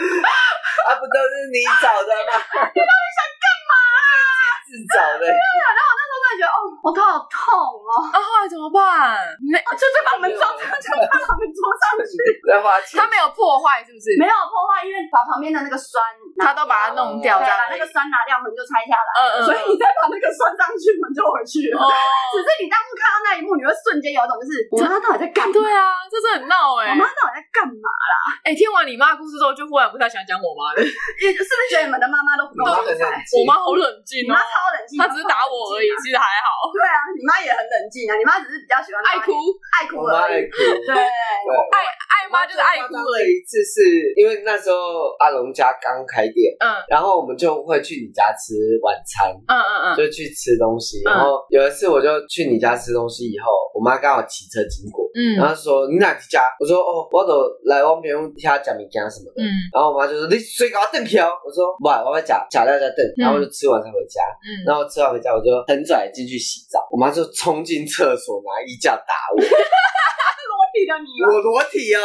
[SPEAKER 2] 说，
[SPEAKER 3] 啊，不都是你找的吗？你到底想干嘛？自己自找的。
[SPEAKER 2] 我突然觉得哦，我头好痛哦，
[SPEAKER 1] 那啊后来怎么办？那
[SPEAKER 2] 啊就就把门装上，就把门装上去，
[SPEAKER 3] 在花 钱
[SPEAKER 1] 他，没有破坏是不是？
[SPEAKER 2] 没有破坏，因为把旁边的那个栓拿，
[SPEAKER 1] 他都把它弄掉
[SPEAKER 2] 对
[SPEAKER 1] 这样
[SPEAKER 2] 把
[SPEAKER 1] 而
[SPEAKER 2] 那
[SPEAKER 1] 已，
[SPEAKER 2] 个栓拿掉，门就拆下来。
[SPEAKER 1] 嗯嗯，
[SPEAKER 2] 所以你再把那个拴上去，门就回去了。
[SPEAKER 1] 哦，
[SPEAKER 2] 只是你当初看到那一幕，你会瞬间有一种就是我妈到底在干嘛？
[SPEAKER 1] 对啊，这是很闹
[SPEAKER 2] 我
[SPEAKER 1] 哎
[SPEAKER 2] 妈到底在干嘛？
[SPEAKER 1] 哎，听完你妈的故事之后，就忽然不太想讲我妈了。
[SPEAKER 2] 也是不是觉得你们的妈妈都不
[SPEAKER 3] 我
[SPEAKER 2] 够
[SPEAKER 3] 妈
[SPEAKER 2] 冷
[SPEAKER 3] 很冷
[SPEAKER 2] 静？
[SPEAKER 3] 静
[SPEAKER 1] 我妈好冷静
[SPEAKER 2] 你
[SPEAKER 1] 哦
[SPEAKER 2] 妈，超冷静，
[SPEAKER 1] 她只是打我而已，。其实还好，
[SPEAKER 2] 对啊，你妈也很冷静啊，你妈只是比较喜欢
[SPEAKER 1] 爱哭
[SPEAKER 2] 爱哭
[SPEAKER 3] 我妈
[SPEAKER 2] 而
[SPEAKER 3] 爱
[SPEAKER 2] 已。
[SPEAKER 3] 哭。对
[SPEAKER 2] 对，
[SPEAKER 1] 爱爱妈就是爱哭而
[SPEAKER 3] 了
[SPEAKER 1] 已。
[SPEAKER 3] 一次是因为那时候阿龙家刚开店，
[SPEAKER 1] 嗯
[SPEAKER 3] 然后我们就会去你家吃晚餐，
[SPEAKER 1] 嗯嗯嗯，
[SPEAKER 3] 就去吃东西。
[SPEAKER 1] 嗯
[SPEAKER 3] 然后有一次我就去你家吃东西，以后我妈刚好骑车经过，
[SPEAKER 1] 嗯
[SPEAKER 2] 啊
[SPEAKER 3] 然后说你哪一家？我说哦，我都来我朋友家吃物件什么的。
[SPEAKER 1] 嗯
[SPEAKER 3] 然后我妈就说：“你水给我炖起哦。”我说：“不，我要吃吃到再炖。”然后我就吃完才回家。
[SPEAKER 1] 嗯，
[SPEAKER 3] 然后吃完回家，我就很拽进去洗澡，我妈就冲进厕所拿衣架打 我，
[SPEAKER 2] 裸体的你吗？
[SPEAKER 3] 我裸体哦，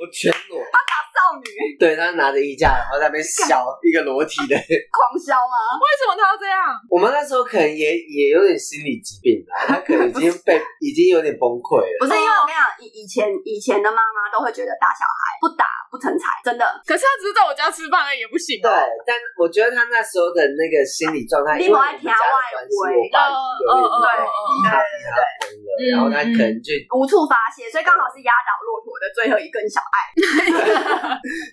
[SPEAKER 3] 我全裸。
[SPEAKER 2] 少女
[SPEAKER 3] 对，她拿着衣架，然后在那边削一个裸体的。
[SPEAKER 2] 狂销吗？
[SPEAKER 1] 为什么她要这样？
[SPEAKER 3] 我妈那时候可能也也有点心理疾病啦，她可能已经被已经有点崩溃了。
[SPEAKER 2] 不是因为我跟你讲，以以前以前的妈妈都会觉得打小孩不打不成才，真的。
[SPEAKER 1] 可是她只是在我家吃饭而已，也不行
[SPEAKER 3] 对
[SPEAKER 1] 哦。，
[SPEAKER 3] 但我觉得她那时候的那个心理状态，
[SPEAKER 2] 你
[SPEAKER 3] 因为我
[SPEAKER 2] 没爱
[SPEAKER 3] 们
[SPEAKER 2] 听
[SPEAKER 3] 家的
[SPEAKER 2] 外
[SPEAKER 3] 关系，
[SPEAKER 2] 围
[SPEAKER 3] 我爸有
[SPEAKER 1] 嗯
[SPEAKER 3] 点
[SPEAKER 1] 嗯
[SPEAKER 3] 对
[SPEAKER 1] 嗯嗯
[SPEAKER 2] 哦
[SPEAKER 3] 逼她逼她疯了，
[SPEAKER 1] 嗯
[SPEAKER 3] 然后她可能就
[SPEAKER 2] 无处发泄，所以刚好是压倒骆驼的最后一根小爱。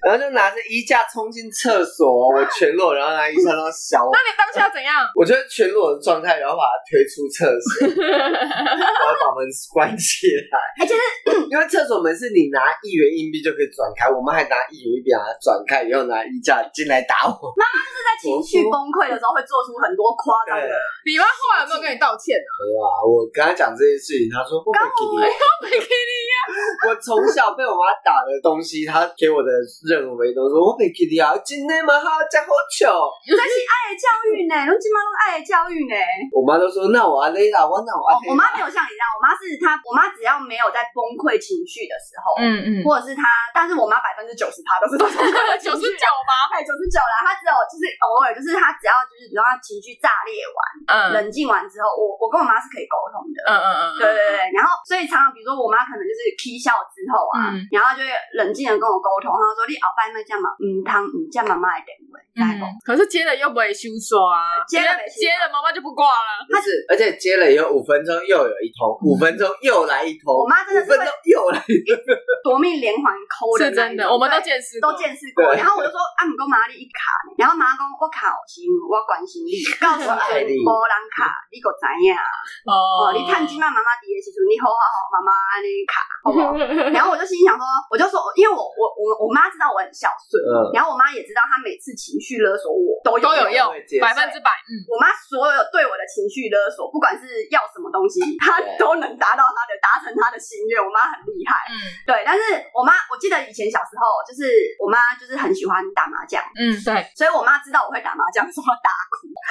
[SPEAKER 3] 然后就拿着衣架冲进厕所，我全裸，然后拿衣架当小 我
[SPEAKER 1] 那，你当下怎样？
[SPEAKER 3] 我就是全裸的状态，然后把它推出厕所，然后把门关起来。
[SPEAKER 2] 哎其
[SPEAKER 3] 实因为厕所门是你拿一元硬币就可以转开，我们还拿一元硬币把它转开，以后拿衣架进来打我。
[SPEAKER 2] 在情绪崩溃的时候会做出很多夸张的
[SPEAKER 1] 你
[SPEAKER 3] 对
[SPEAKER 1] 妈后来有没有跟你道歉呢？
[SPEAKER 3] 没有啊，我跟他讲这件事情，他说我没给你。啊
[SPEAKER 2] 啊
[SPEAKER 3] 我从小被我妈打的东西，她给我的认为都是我没给你啊，今天嘛哈加好巧。
[SPEAKER 2] 这是爱的教育呢，拢即妈拢爱的教育呢。
[SPEAKER 3] 我妈都说那我阿啊累啦，我那我阿
[SPEAKER 2] 哦
[SPEAKER 3] 累，
[SPEAKER 2] 我
[SPEAKER 3] 啦。
[SPEAKER 2] 妈没有像你这样，我妈是她，我妈只要没有在崩溃情绪的时候，
[SPEAKER 1] 嗯嗯，
[SPEAKER 2] 或者是她，但是我妈百分之九十趴都是
[SPEAKER 1] 九
[SPEAKER 2] 九
[SPEAKER 1] 十九吧。
[SPEAKER 2] 哎，九十九啦，她只有就是偶尔，就是她只要就是比如说她情绪炸裂完、
[SPEAKER 1] 嗯嗯
[SPEAKER 2] 冷静完之后，我我跟我妈是可以沟通的。
[SPEAKER 1] 嗯嗯，
[SPEAKER 2] 对对对，对然后所以常常比如说我妈可能就是 K 笑之后啊，
[SPEAKER 1] 嗯
[SPEAKER 2] 然后就会冷静的跟我沟通，然后说你后摆莫这样嘛，唔通唔这样妈妈的电话，知道不
[SPEAKER 1] 嗯，可是接了又不会修刷啊，
[SPEAKER 2] 接了没修
[SPEAKER 1] 接了妈妈就不挂了。
[SPEAKER 3] 不是，而且接了以后五分钟又有一通，五分钟又来一通，
[SPEAKER 2] 我妈真的
[SPEAKER 3] 五
[SPEAKER 2] 是会
[SPEAKER 3] 分钟又来一通，
[SPEAKER 2] 夺命连环抠的那
[SPEAKER 1] 是
[SPEAKER 2] 一种，
[SPEAKER 1] 真的，我们都见
[SPEAKER 2] 对
[SPEAKER 1] 识过
[SPEAKER 2] 都。见识过。
[SPEAKER 3] 对
[SPEAKER 2] 然后我就说，啊，唔过妈你一卡呢，然后妈讲我卡有心，我关心你，告 诉你
[SPEAKER 3] 爱你
[SPEAKER 2] 无人卡，你个知影。
[SPEAKER 1] 哦
[SPEAKER 2] 哦，你趁即摆妈妈伫的时阵，你好好好妈妈安尼卡，好 不哦好？然后我就心想说，我就说，因为我我我我妈知道我很孝顺，
[SPEAKER 3] 嗯
[SPEAKER 2] 然后我妈也知道她每次情绪勒索我都
[SPEAKER 1] 都有
[SPEAKER 2] 有
[SPEAKER 1] 用
[SPEAKER 3] 我会接，受
[SPEAKER 1] 百分之百。嗯，
[SPEAKER 2] 我妈所有对我的情绪勒索，不管是要什么东西，她
[SPEAKER 3] 对
[SPEAKER 2] 都能达到她的达达成她的心愿，我妈很厉害。
[SPEAKER 1] 嗯
[SPEAKER 2] 对，但是我妈，我记得以前小时候，就是我妈就是很喜欢打麻将，
[SPEAKER 1] 嗯，对，
[SPEAKER 2] 所以我妈知道我会打麻将，说打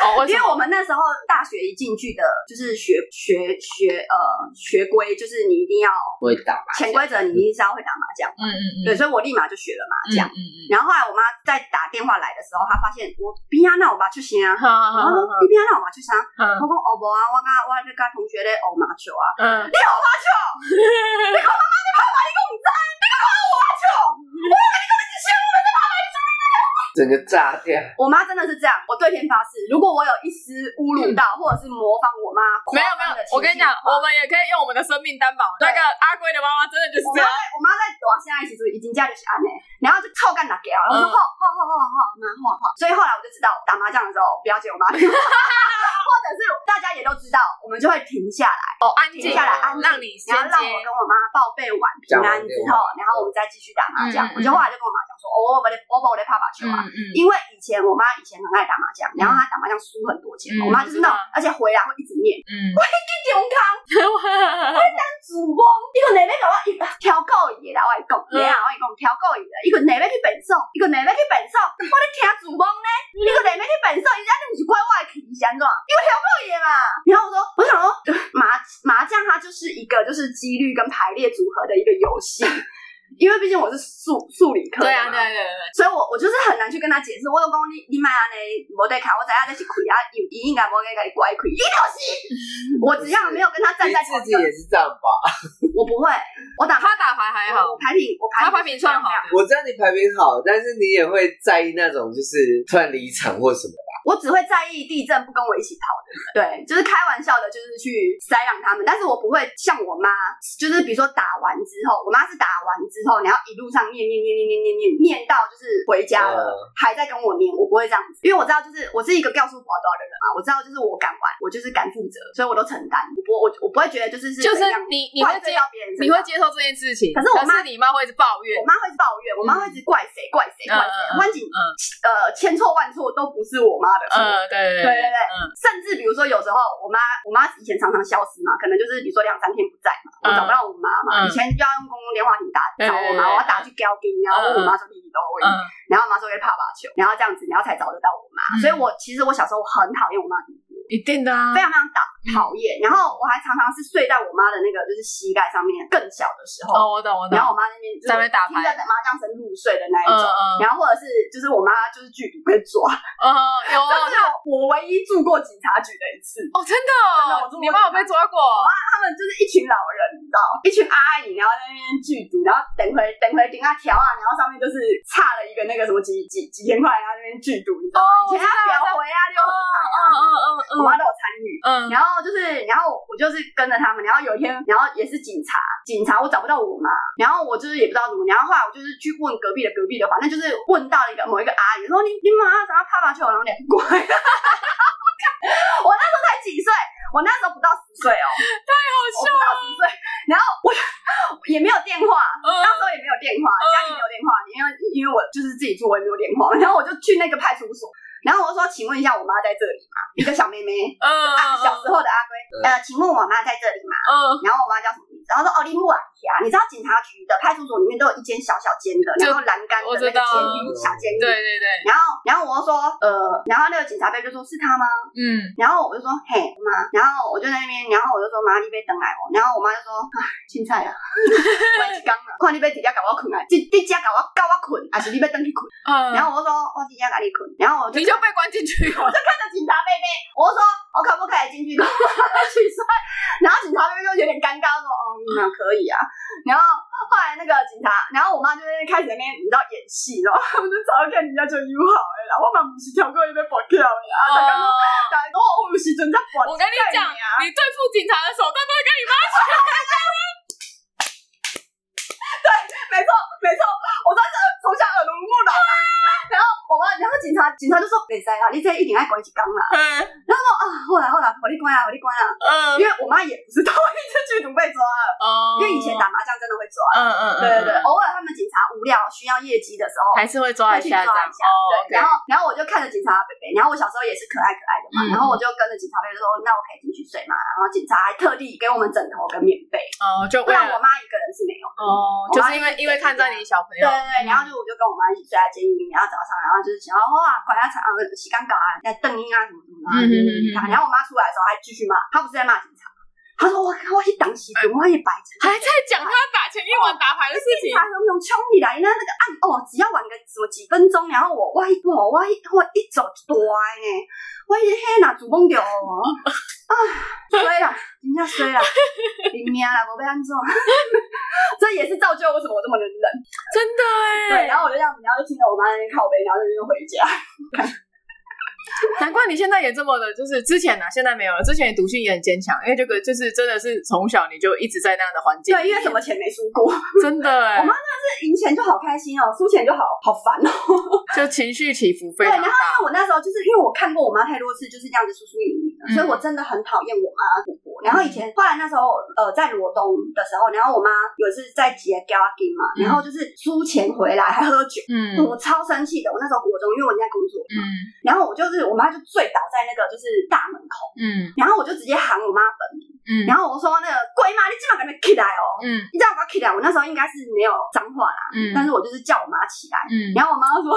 [SPEAKER 1] 哦，为
[SPEAKER 2] 因
[SPEAKER 1] 什
[SPEAKER 2] 为
[SPEAKER 1] 么
[SPEAKER 2] 我们那时候大学一进去的，就是学学学呃学规，就是你一定要
[SPEAKER 3] 不会打吧？
[SPEAKER 2] 潜规则，你一定是要会打麻将。
[SPEAKER 1] 嗯嗯嗯，
[SPEAKER 2] 对，所以我立马就学了麻
[SPEAKER 1] 嗯
[SPEAKER 2] 将。
[SPEAKER 1] 嗯嗯，
[SPEAKER 2] 然后后来我妈在打电话来的时候，她发现我边啊，那我妈去先啊。
[SPEAKER 1] 好好
[SPEAKER 2] 然
[SPEAKER 1] 好
[SPEAKER 2] 后说你边啊，那我妈去啥？
[SPEAKER 1] 好
[SPEAKER 2] 我，讲哦无啊，我跟我咧跟同学咧学麻将啊。
[SPEAKER 1] 嗯，
[SPEAKER 2] 你学麻将？你讲妈妈你拍麻你讲唔知？你讲我麻将？
[SPEAKER 1] 嗯
[SPEAKER 3] 整个炸掉，
[SPEAKER 2] 我妈真的是这样，我对天发誓，如果我有一丝侮辱到，或者是模仿我妈，
[SPEAKER 1] 嗯没有没有，我跟你讲，我们也可以用我们的生命担保。那个
[SPEAKER 2] 对
[SPEAKER 1] 阿龟的妈妈真的就是
[SPEAKER 2] 我
[SPEAKER 1] 这
[SPEAKER 2] 妈
[SPEAKER 1] 样，
[SPEAKER 2] 在我妈在大声的时阵，已经家就是安尼，然后就臭干那给啊，然后
[SPEAKER 1] 嗯
[SPEAKER 2] 说好好好好好，然后好，所以后来我就知道打麻将的时候不要接我妈电话，或者是大家也都知道，我们就会停下来，
[SPEAKER 1] 哦，安静
[SPEAKER 2] 停下来安静
[SPEAKER 1] 让你先
[SPEAKER 2] 然后让我
[SPEAKER 1] 接
[SPEAKER 2] 跟。我妈报备完平安之后，然后我们再继续打麻
[SPEAKER 1] 嗯
[SPEAKER 2] 将。
[SPEAKER 1] 嗯
[SPEAKER 2] 我就后来就跟我妈讲说，哦，我把我把我在拍麻
[SPEAKER 1] 嗯
[SPEAKER 2] 将啊。
[SPEAKER 1] 嗯，
[SPEAKER 2] 因为以前我妈以前很爱打麻将，然后她打麻将输很多钱，
[SPEAKER 1] 嗯
[SPEAKER 2] 我妈就是那种
[SPEAKER 1] 我知，
[SPEAKER 2] 而且回来会一直念，
[SPEAKER 1] 嗯，
[SPEAKER 2] 你中康主翁，伊个内面甲我伊挑故意啦，我跟你讲，你啊，我跟你讲挑故意的，伊个内面去变数，伊个内面去变数，我咧听主翁呢，伊个内面去变数，伊家你毋是怪我的气是安怎？伊个挑故意的嘛。然后我说，我想说麻麻将它就是一个就是几率跟排列组合的一个游戏，因为毕竟我是数数理科的
[SPEAKER 1] 对
[SPEAKER 2] 嘛，
[SPEAKER 1] 啊对对对，
[SPEAKER 2] 所以我我就是很难去跟他解释。我有讲你你买安尼无得卡，我知影这是亏啊，伊伊应该无该甲你怪亏，伊就是。我只要没有跟他站
[SPEAKER 3] 你
[SPEAKER 2] 在同
[SPEAKER 3] 自
[SPEAKER 2] 一
[SPEAKER 3] 己
[SPEAKER 2] 个
[SPEAKER 3] 也是这样吧？
[SPEAKER 2] 我不会，我打
[SPEAKER 1] 他打牌还好
[SPEAKER 2] 我，牌品我牌
[SPEAKER 1] 他牌品算好的，
[SPEAKER 3] 我知道你排名好，但是你也会在意那种就是突然离场或什么。
[SPEAKER 2] 我只会在意地震不跟我一起逃的人，对，就是开玩笑的，就是去塞让他们，但是我不会像我妈，就是比如说打完之后，我妈是打完之后，然后一路上念念念念念念念念到就是回家了，
[SPEAKER 3] 嗯
[SPEAKER 2] 还在跟我念，我不会这样子，因为我知道就是我是一个告诉不好多少的人嘛，我知道就是我敢玩，我就是敢负责，所以我都承担，我不我我不会觉得就是是
[SPEAKER 1] 就是
[SPEAKER 2] 怎样
[SPEAKER 1] 你你会
[SPEAKER 2] 怪
[SPEAKER 1] 接
[SPEAKER 2] 罪到别人身上，
[SPEAKER 1] 你会接受这件事情，
[SPEAKER 2] 可是我妈
[SPEAKER 1] 你妈会一直抱怨
[SPEAKER 2] 我，妈会抱怨，我妈会一直怪谁怪谁怪
[SPEAKER 1] 嗯
[SPEAKER 2] 谁
[SPEAKER 1] 嗯嗯，嗯
[SPEAKER 2] 关景
[SPEAKER 1] 嗯
[SPEAKER 2] 呃千错万错都不是我妈的
[SPEAKER 1] 嗯，
[SPEAKER 2] 错。
[SPEAKER 1] 对对
[SPEAKER 2] 对对对，甚至比如说有时候我妈，我妈以前常常消失嘛，可能就是比如说两三天不在嘛，我找不到我妈嘛，
[SPEAKER 1] 嗯
[SPEAKER 2] 以前要用公共电话亭打
[SPEAKER 1] 对
[SPEAKER 2] 找我妈，
[SPEAKER 1] 对对
[SPEAKER 2] 我要打去交给你，然后问我妈说你都会
[SPEAKER 1] 嗯，嗯，
[SPEAKER 2] 然后我妈说会怕把球，然后这样子，然后才找得到我妈。
[SPEAKER 1] 嗯
[SPEAKER 2] 所以我其实我小时候很讨厌我妈，
[SPEAKER 1] 一定的啊
[SPEAKER 2] 非，常非常讨讨厌，
[SPEAKER 1] 嗯
[SPEAKER 2] 然后我还常常是睡在我妈的那个就是膝盖上面，更小的时候，
[SPEAKER 1] 哦，我懂我懂
[SPEAKER 2] 然，后我妈那边就是
[SPEAKER 1] 在那边打牌
[SPEAKER 2] 听着麻将声入睡的那一
[SPEAKER 1] 嗯
[SPEAKER 2] 种。
[SPEAKER 1] 嗯
[SPEAKER 2] 然后或者是就是我妈就是剧毒被抓，
[SPEAKER 1] 嗯，有
[SPEAKER 2] 这是我唯一住过警察局的一次。
[SPEAKER 1] 哦，真的
[SPEAKER 2] 真的我
[SPEAKER 1] 哦
[SPEAKER 2] 做，过
[SPEAKER 1] 你妈有被抓过，
[SPEAKER 2] 他们就是一群老人，你知道，一群阿姨，然后在那边剧毒，然后等回等回顶他条啊，然后上面就是差了一个那个什么几几几千块，然后在那边剧毒，你知道
[SPEAKER 1] 哦
[SPEAKER 2] 吗？以前他表回啊，六
[SPEAKER 1] 哦
[SPEAKER 2] 合彩啊，
[SPEAKER 1] 嗯
[SPEAKER 2] 我妈都有参与。
[SPEAKER 1] 嗯嗯嗯嗯，
[SPEAKER 2] 然后就是，然后我就是跟着他们，然后有一天，然后也是警察，警察我找不到我妈，然后我就是也不知道怎么，然后后来我就是去问隔壁的隔壁的，反正就是问到了一个某一个阿姨，说你你妈怎么怕麻球，然后两乖。 我那时候才几岁，我那时候不到十岁哦，我不到十岁，然后我也没有电话，
[SPEAKER 1] 嗯
[SPEAKER 2] 那时候也没有电话，家里没有电话，因为因为我就是自己住，我也没有电话， 然后我就去那个派出所，然后我说，请问一下，我妈在这里吗？一个小妹妹。
[SPEAKER 1] 嗯嗯
[SPEAKER 2] 啊，小时候的阿龟，呃，请问我妈在这里吗？
[SPEAKER 1] 嗯
[SPEAKER 2] 然后我妈叫什么名字？然后说哦，林木阿姨啊。你知道警察局的派出所里面都有一间小小间的，
[SPEAKER 1] 就
[SPEAKER 2] 然后栏杆的
[SPEAKER 1] 我
[SPEAKER 2] 那个
[SPEAKER 1] 知道
[SPEAKER 2] 监狱小监狱。
[SPEAKER 1] 对。对对，
[SPEAKER 2] 然后，然后我就说，呃，然后那个警察贝就说是他吗？
[SPEAKER 1] 嗯，
[SPEAKER 2] 然后我就说嘿妈，然后我就在那边，然后我就说妈，你被等来哦。然后我妈就说啊，凊彩啊，我一讲了，看你要直接搞我困啊，你你直接搞我搞我困，还是你要等去困？
[SPEAKER 1] 嗯，
[SPEAKER 2] 然后我就说我直接搞你困，然后我就
[SPEAKER 1] 你就被关进去了，
[SPEAKER 2] 那警察妹妹，我就说我可不可以进去 跟我妈妈去睡？然后警察妹妹就有点尴尬，说哦，那可以啊。然后后来那个警察，然后我妈就在那边开始在那边你知道演戏，然后我就找看人家就友好的啦，我嘛不是跳过一边跋跳的啊，大家都
[SPEAKER 1] 哦
[SPEAKER 2] 大家都我有时阵在跋。
[SPEAKER 1] 我跟你讲，你对付警察的手段都是跟你妈
[SPEAKER 2] 没错没错，我真是从小耳濡目染啊。然后我妈，然后警察警察就说没使啊，你这一定爱关一工啦。
[SPEAKER 1] 学，
[SPEAKER 2] 啊，后来后来，我你关啊，我你关啊，
[SPEAKER 1] 嗯
[SPEAKER 2] 因为我妈也不是头一次剧毒被抓了，
[SPEAKER 1] 哦
[SPEAKER 2] 因为以前打麻将真的会抓。
[SPEAKER 1] 嗯嗯嗯，
[SPEAKER 2] 对对对，偶尔他们们警察无聊需要业绩的时候，
[SPEAKER 1] 还是会抓
[SPEAKER 2] 会
[SPEAKER 1] 一
[SPEAKER 2] 去
[SPEAKER 1] 下这
[SPEAKER 2] 抓
[SPEAKER 1] 样。哦
[SPEAKER 2] 一下。对，然后然后我就看着警察北北，然后我小时候也是可爱可爱的嘛，
[SPEAKER 1] 嗯
[SPEAKER 2] 然后我就跟着警察贝贝说，那我可以进去睡嘛。然后警察还特地给我们枕头跟棉被，
[SPEAKER 1] 哦，就
[SPEAKER 2] 不
[SPEAKER 1] 为
[SPEAKER 2] 然
[SPEAKER 1] 了
[SPEAKER 2] 我妈一个人是没有的。
[SPEAKER 1] 哦，就是因为因为看在你小朋
[SPEAKER 2] 对
[SPEAKER 1] 友，
[SPEAKER 2] 对对，然后就我就跟我妈一起睡在监狱里面，然后早上，然后就是想要哇，管他长啊，洗干搞啊，要邓英啊什么什么，然后
[SPEAKER 1] 嗯
[SPEAKER 2] 就
[SPEAKER 1] 嗯嗯嗯
[SPEAKER 2] 打然后我妈出来的时候还继续骂，她不是在骂警察，她说我我一档起，
[SPEAKER 1] 嗯
[SPEAKER 2] 我一白痴，
[SPEAKER 1] 还在讲他打前一晚打牌的事
[SPEAKER 2] 警
[SPEAKER 1] 情。
[SPEAKER 2] 察用用冲你来，那那个按哦，只要玩个什么几分钟，然后我我一我我一我一走就大呢，我一嘿哪主梦掉哦，啊 衰啦，人家 衰啦，你命啦，我被安怎？这也是造就为什么我这么能忍。
[SPEAKER 1] 真的哎
[SPEAKER 2] 对，，啊然后我就这样子，然后就听着我妈在那边靠背，然后就边回家。
[SPEAKER 1] 难怪你现在也这么的，就是之前呢、啊，现在没有了。之前你读性也很坚强，因为这个就是真的是从小你就一直在那样的环境，
[SPEAKER 2] 对，因为什么钱没输过，
[SPEAKER 1] 真的哎
[SPEAKER 2] 我，妈赢钱就好开心哦，输钱就好好烦哦。
[SPEAKER 1] 就情绪起伏非
[SPEAKER 2] 对，
[SPEAKER 1] 常
[SPEAKER 2] 然后
[SPEAKER 1] 大。
[SPEAKER 2] 因为我那时候就是因为我看过我妈太多次就是这样子输输赢赢的，
[SPEAKER 1] 嗯
[SPEAKER 2] 所以我真的很讨厌我妈赌博。然后以前后来那时候呃在罗东的时候，然后我妈有一次在结交金嘛，然后就是输钱回来还喝酒。
[SPEAKER 1] 嗯
[SPEAKER 2] 我超生气的，我那时候国中，因为我在工作，
[SPEAKER 1] 嗯
[SPEAKER 2] 然后我就是我妈就醉倒在那个就是大门口，
[SPEAKER 1] 嗯
[SPEAKER 2] 然后我就直接喊我妈本名，
[SPEAKER 1] 嗯，
[SPEAKER 2] 然后我说那个鬼妈，你今晚给没起来哦，
[SPEAKER 1] 嗯
[SPEAKER 2] 你知道我要起来，我那时候应该是没有脏话啦，
[SPEAKER 1] 嗯
[SPEAKER 2] 但是我就是叫我妈起来，
[SPEAKER 1] 嗯，
[SPEAKER 2] 然后我妈说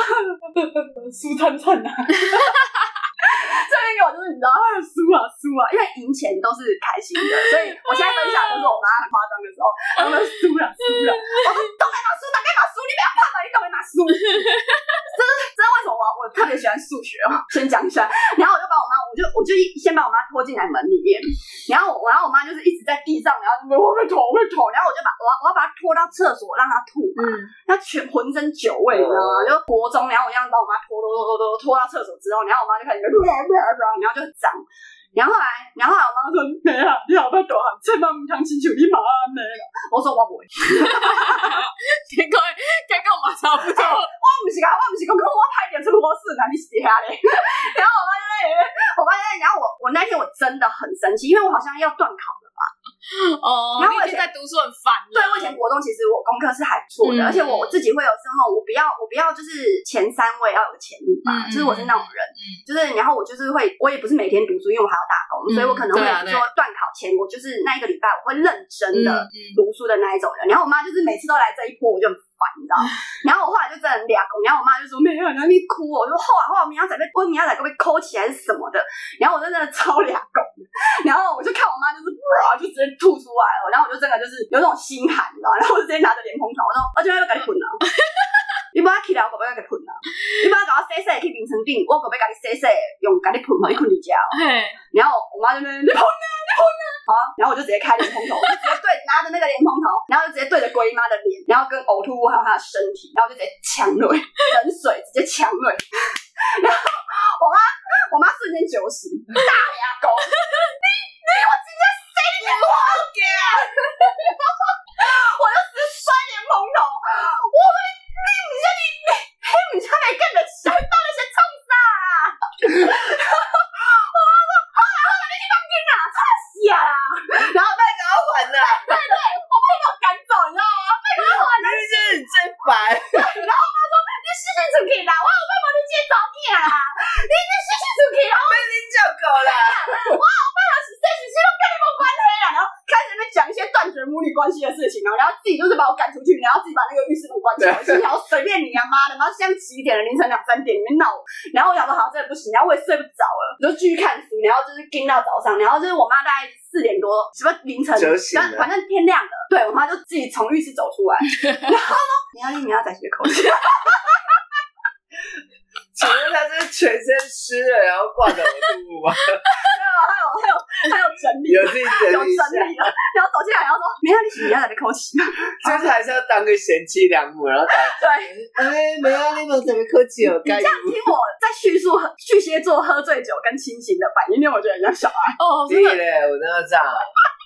[SPEAKER 2] 输灿灿啊，这边给我就是你知道哎输啊输啊，因为赢钱都是开心的，所以我现在分享都是我妈很夸张的时候，然后输了输了，我说东北马输，南北马输，你不要怕嘛，你东北马输。这是这是为什么我我特别喜欢数学哦，先讲一下，然后我就把我妈，我就我就一先把我妈拖进来门里面，然后我然后我妈就是一直在地上，然后就我会吐我会吐，然后我就把我要我要把她拖到厕所让她吐 嘛，他全浑身酒味，你知道吗？就国中，然后我这样把我妈拖拖拖拖拖拖到厕所之后，然后我妈就开始，然后就很脏。然后后来，然后后来我妈说：“没啊，你好不要躲啊，这帮母汤清楚，你妈没了。”我说：“我不会，我
[SPEAKER 1] 结果该跟我妈差不多。
[SPEAKER 2] 不是啊，我不是讲跟我拍点出我事哪里是啊嘞。”然后我妈就在那里，我妈就在那里，然后我我那天我真的很生气，因为我好像要断考了。
[SPEAKER 1] 哦，
[SPEAKER 2] 然后我
[SPEAKER 1] 你已
[SPEAKER 2] 以
[SPEAKER 1] 经
[SPEAKER 2] 前
[SPEAKER 1] 在读书很烦了。
[SPEAKER 2] 对，我以前国中其实我功课是还不错的，
[SPEAKER 1] 嗯
[SPEAKER 2] 而且我我自己会有这种，我不要我不要就是前三位要有前五
[SPEAKER 1] 嗯
[SPEAKER 2] 吧，就是我是那种人，就是然后我就是会，我也不是每天读书，因为我还要打工，
[SPEAKER 1] 嗯
[SPEAKER 2] 所以我可能
[SPEAKER 1] 对
[SPEAKER 2] 会
[SPEAKER 1] 啊
[SPEAKER 2] 比如说断考前，我就是那一个礼拜我会认真的
[SPEAKER 1] 嗯嗯
[SPEAKER 2] 读书的那一种人。然后我妈就是每次都来这一波，我就很烦，你知道吗？然后我后来就真的很俩公，然后我妈就说没有，然后你哭哦，我就说后来后来我明仔仔被我明仔仔被抠起来是什么的，然后我就真的超俩公，然后我就看我妈就是哇，就直接吐出来哦了，然后我就真的就是有种心寒，你知道吗？然 后我就直接拿着莲蓬头，我说我今天要给你喷了。 你不要起来，我要给你喷啊！你不要给我洗洗去眠床顶，我要给你洗洗，用给你喷，给你喷你家。
[SPEAKER 1] 嘿，
[SPEAKER 2] 然后我妈就在那边你喷啊，你喷啊！好啊，然后我就直接开莲蓬头，我就直接对拿着那个莲蓬头，然后就直接对着龟妈的脸，然后跟呕吐物还有她的身体，然后就直接呛泪，冷水直接呛泪。然后我妈，我妈瞬间九十，大牙狗，你你我今天谁你我给啊！我就直接摔莲蓬头，我说你你这你你你这没跟着谁到底是冲啥啊？我妈说好啦好啦，你去当兵啊，差死啊！然后那个
[SPEAKER 3] 烦呐、啊，
[SPEAKER 2] 我被我赶走，你知道吗？被我赶走，
[SPEAKER 3] 就是你最 烦。
[SPEAKER 2] 你试试出去啦，我有被我你姐走起啦，你你试试出去啦，我
[SPEAKER 3] 被你叫狗 啦，
[SPEAKER 2] 十岁十七都跟你没关系啦。然后开始在那边讲一些断绝母女关系的事情，然后然后自己就是把我赶出去，然后自己把那个浴室门关起来，我心想我随便你啊妈的，妈现在几点了？凌晨两三点，你们闹我。然后我想说好，这不行，然后我也睡不着了，我就继续看书，然后就是盯到早上，然后就是我妈大概四点多，什么凌晨，
[SPEAKER 3] 酒醒
[SPEAKER 2] 反
[SPEAKER 3] 了
[SPEAKER 2] 反正天亮了，对我妈就自己从浴室走出来， 然后说你要你要再学口气，
[SPEAKER 3] 请问他是全身湿了，然后挂着呕吐 物吗？
[SPEAKER 2] 还有还有还有整理。
[SPEAKER 3] 有自己
[SPEAKER 2] 有
[SPEAKER 3] 整理
[SPEAKER 2] 整
[SPEAKER 3] 一下，
[SPEAKER 2] 理了，然后走进来，然后说：“没有，你是你要在口 气。
[SPEAKER 3] 就是还是要当个贤妻良母，然后打。”
[SPEAKER 2] 对，
[SPEAKER 3] 哎，没有你们怎么客气哦？
[SPEAKER 2] 你
[SPEAKER 3] 该
[SPEAKER 2] 这样听我在叙述喝巨蟹座喝醉酒跟清醒的反应，令我觉得很像小孩。
[SPEAKER 1] 哦，真
[SPEAKER 3] 地
[SPEAKER 2] 嗯
[SPEAKER 1] 的，
[SPEAKER 3] 嘞，我那个账，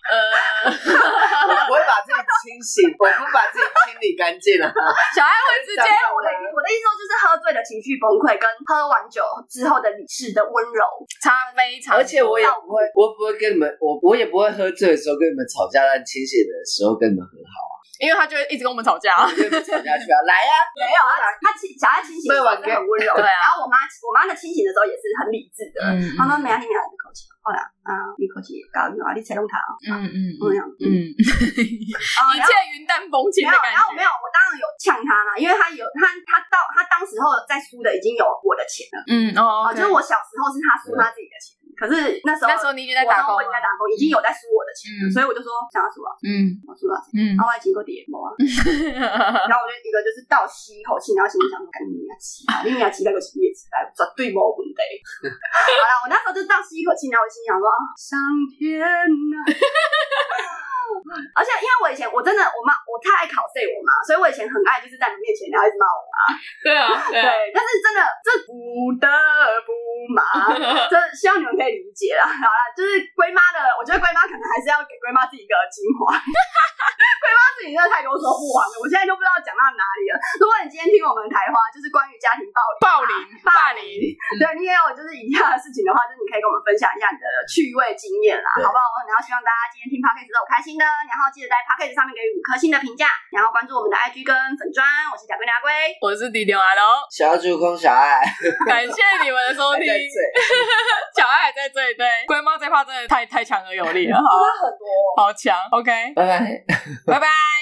[SPEAKER 1] 呃，
[SPEAKER 3] 我不会把自己清醒，我不把自己清理干净啊。
[SPEAKER 1] 小孩会直接
[SPEAKER 3] 长大
[SPEAKER 2] 我的我的意思说，就是喝醉的情绪崩溃，跟喝完酒之后的理智的温柔。
[SPEAKER 1] 差非常多，
[SPEAKER 3] 而且我也
[SPEAKER 1] 要
[SPEAKER 3] 不会，我不会跟你们，我我也不会喝醉的时候跟你们吵架，但清醒的时候跟你们和好啊。
[SPEAKER 1] 因为他就会一直跟我们吵架。
[SPEAKER 3] 就吵下去啊，来呀、
[SPEAKER 2] 没有啊，他清小孩清醒的时候是很温柔的，
[SPEAKER 1] 对啊
[SPEAKER 2] 然后我妈我妈的清醒的时候也是很理智的。
[SPEAKER 1] 嗯
[SPEAKER 2] 她说：“没啊，你没啊，你口气好啦，啊，你口气搞你啊，你踩弄他哦，
[SPEAKER 1] 嗯嗯
[SPEAKER 2] 这样。”
[SPEAKER 1] 嗯，
[SPEAKER 2] 啊，
[SPEAKER 1] 一
[SPEAKER 2] 然后
[SPEAKER 1] 切云淡风轻
[SPEAKER 2] 没
[SPEAKER 1] 的
[SPEAKER 2] 有，
[SPEAKER 1] 感觉。
[SPEAKER 2] 然后没有，我当然有呛他啦，因为他有他他到他当时候在输的已经有我的钱了，
[SPEAKER 1] 嗯哦
[SPEAKER 2] 哦，
[SPEAKER 1] ，OK
[SPEAKER 2] 就是我小时候是他输他自己的钱，可是那时候
[SPEAKER 1] 那时候你已经在打工
[SPEAKER 2] 我
[SPEAKER 1] 了
[SPEAKER 2] 已经在打工，已经有在输我的钱了，
[SPEAKER 1] 嗯
[SPEAKER 2] 所以我就说想要输啊，
[SPEAKER 1] 嗯
[SPEAKER 2] 我输了，
[SPEAKER 1] 嗯
[SPEAKER 2] 然，后我还经过点毛啊，然后我就一个就是倒吸一口气，然后心里想说，赶紧要吸，你要吸那个叶子来，绝对没问题。好了，我那时候就倒吸一口气，然后我心里想说，啊，上天呐、 而且因为我以前我真的我妈我太爱考 C 我妈，所以我以前很爱就是在你面前然后一直骂我，
[SPEAKER 1] 对啊，对
[SPEAKER 2] 对
[SPEAKER 1] 啊，，
[SPEAKER 2] 但是真的这不得不 骂，真的希望你们可以理解啦。好啦，就是龟妈的，我觉得龟妈可能还是要给龟妈自己一个精华。 龟妈自己真的太有所不往了，我现在都不知道讲到哪里了。如果你今天听我们的台话，就是关于家庭暴力、
[SPEAKER 1] 暴凌
[SPEAKER 2] 霸
[SPEAKER 1] 霸
[SPEAKER 2] 凌
[SPEAKER 1] 凌，
[SPEAKER 2] 对你也有就是以下的事情的话，就是你可以跟我们分享一下你的趣味经验啦，
[SPEAKER 3] 对
[SPEAKER 2] 好不好？然后希望大家今天听 podcast 都有开心的，然后记得在 podcast 上面给予五颗星的评价，然后关注我们的 IG 跟粉砖，我是贾龟阿龟，
[SPEAKER 1] 我是迪迪阿 龙，
[SPEAKER 3] 小猪空小 爱，
[SPEAKER 1] 感谢你们的收
[SPEAKER 3] 还
[SPEAKER 1] 听
[SPEAKER 3] 在。嘴。
[SPEAKER 1] 小爱还在这里，对，龟猫这趴真的太太强而有力了，
[SPEAKER 2] 我们很多。
[SPEAKER 1] 好强。OK，
[SPEAKER 3] 拜拜。
[SPEAKER 1] 拜拜。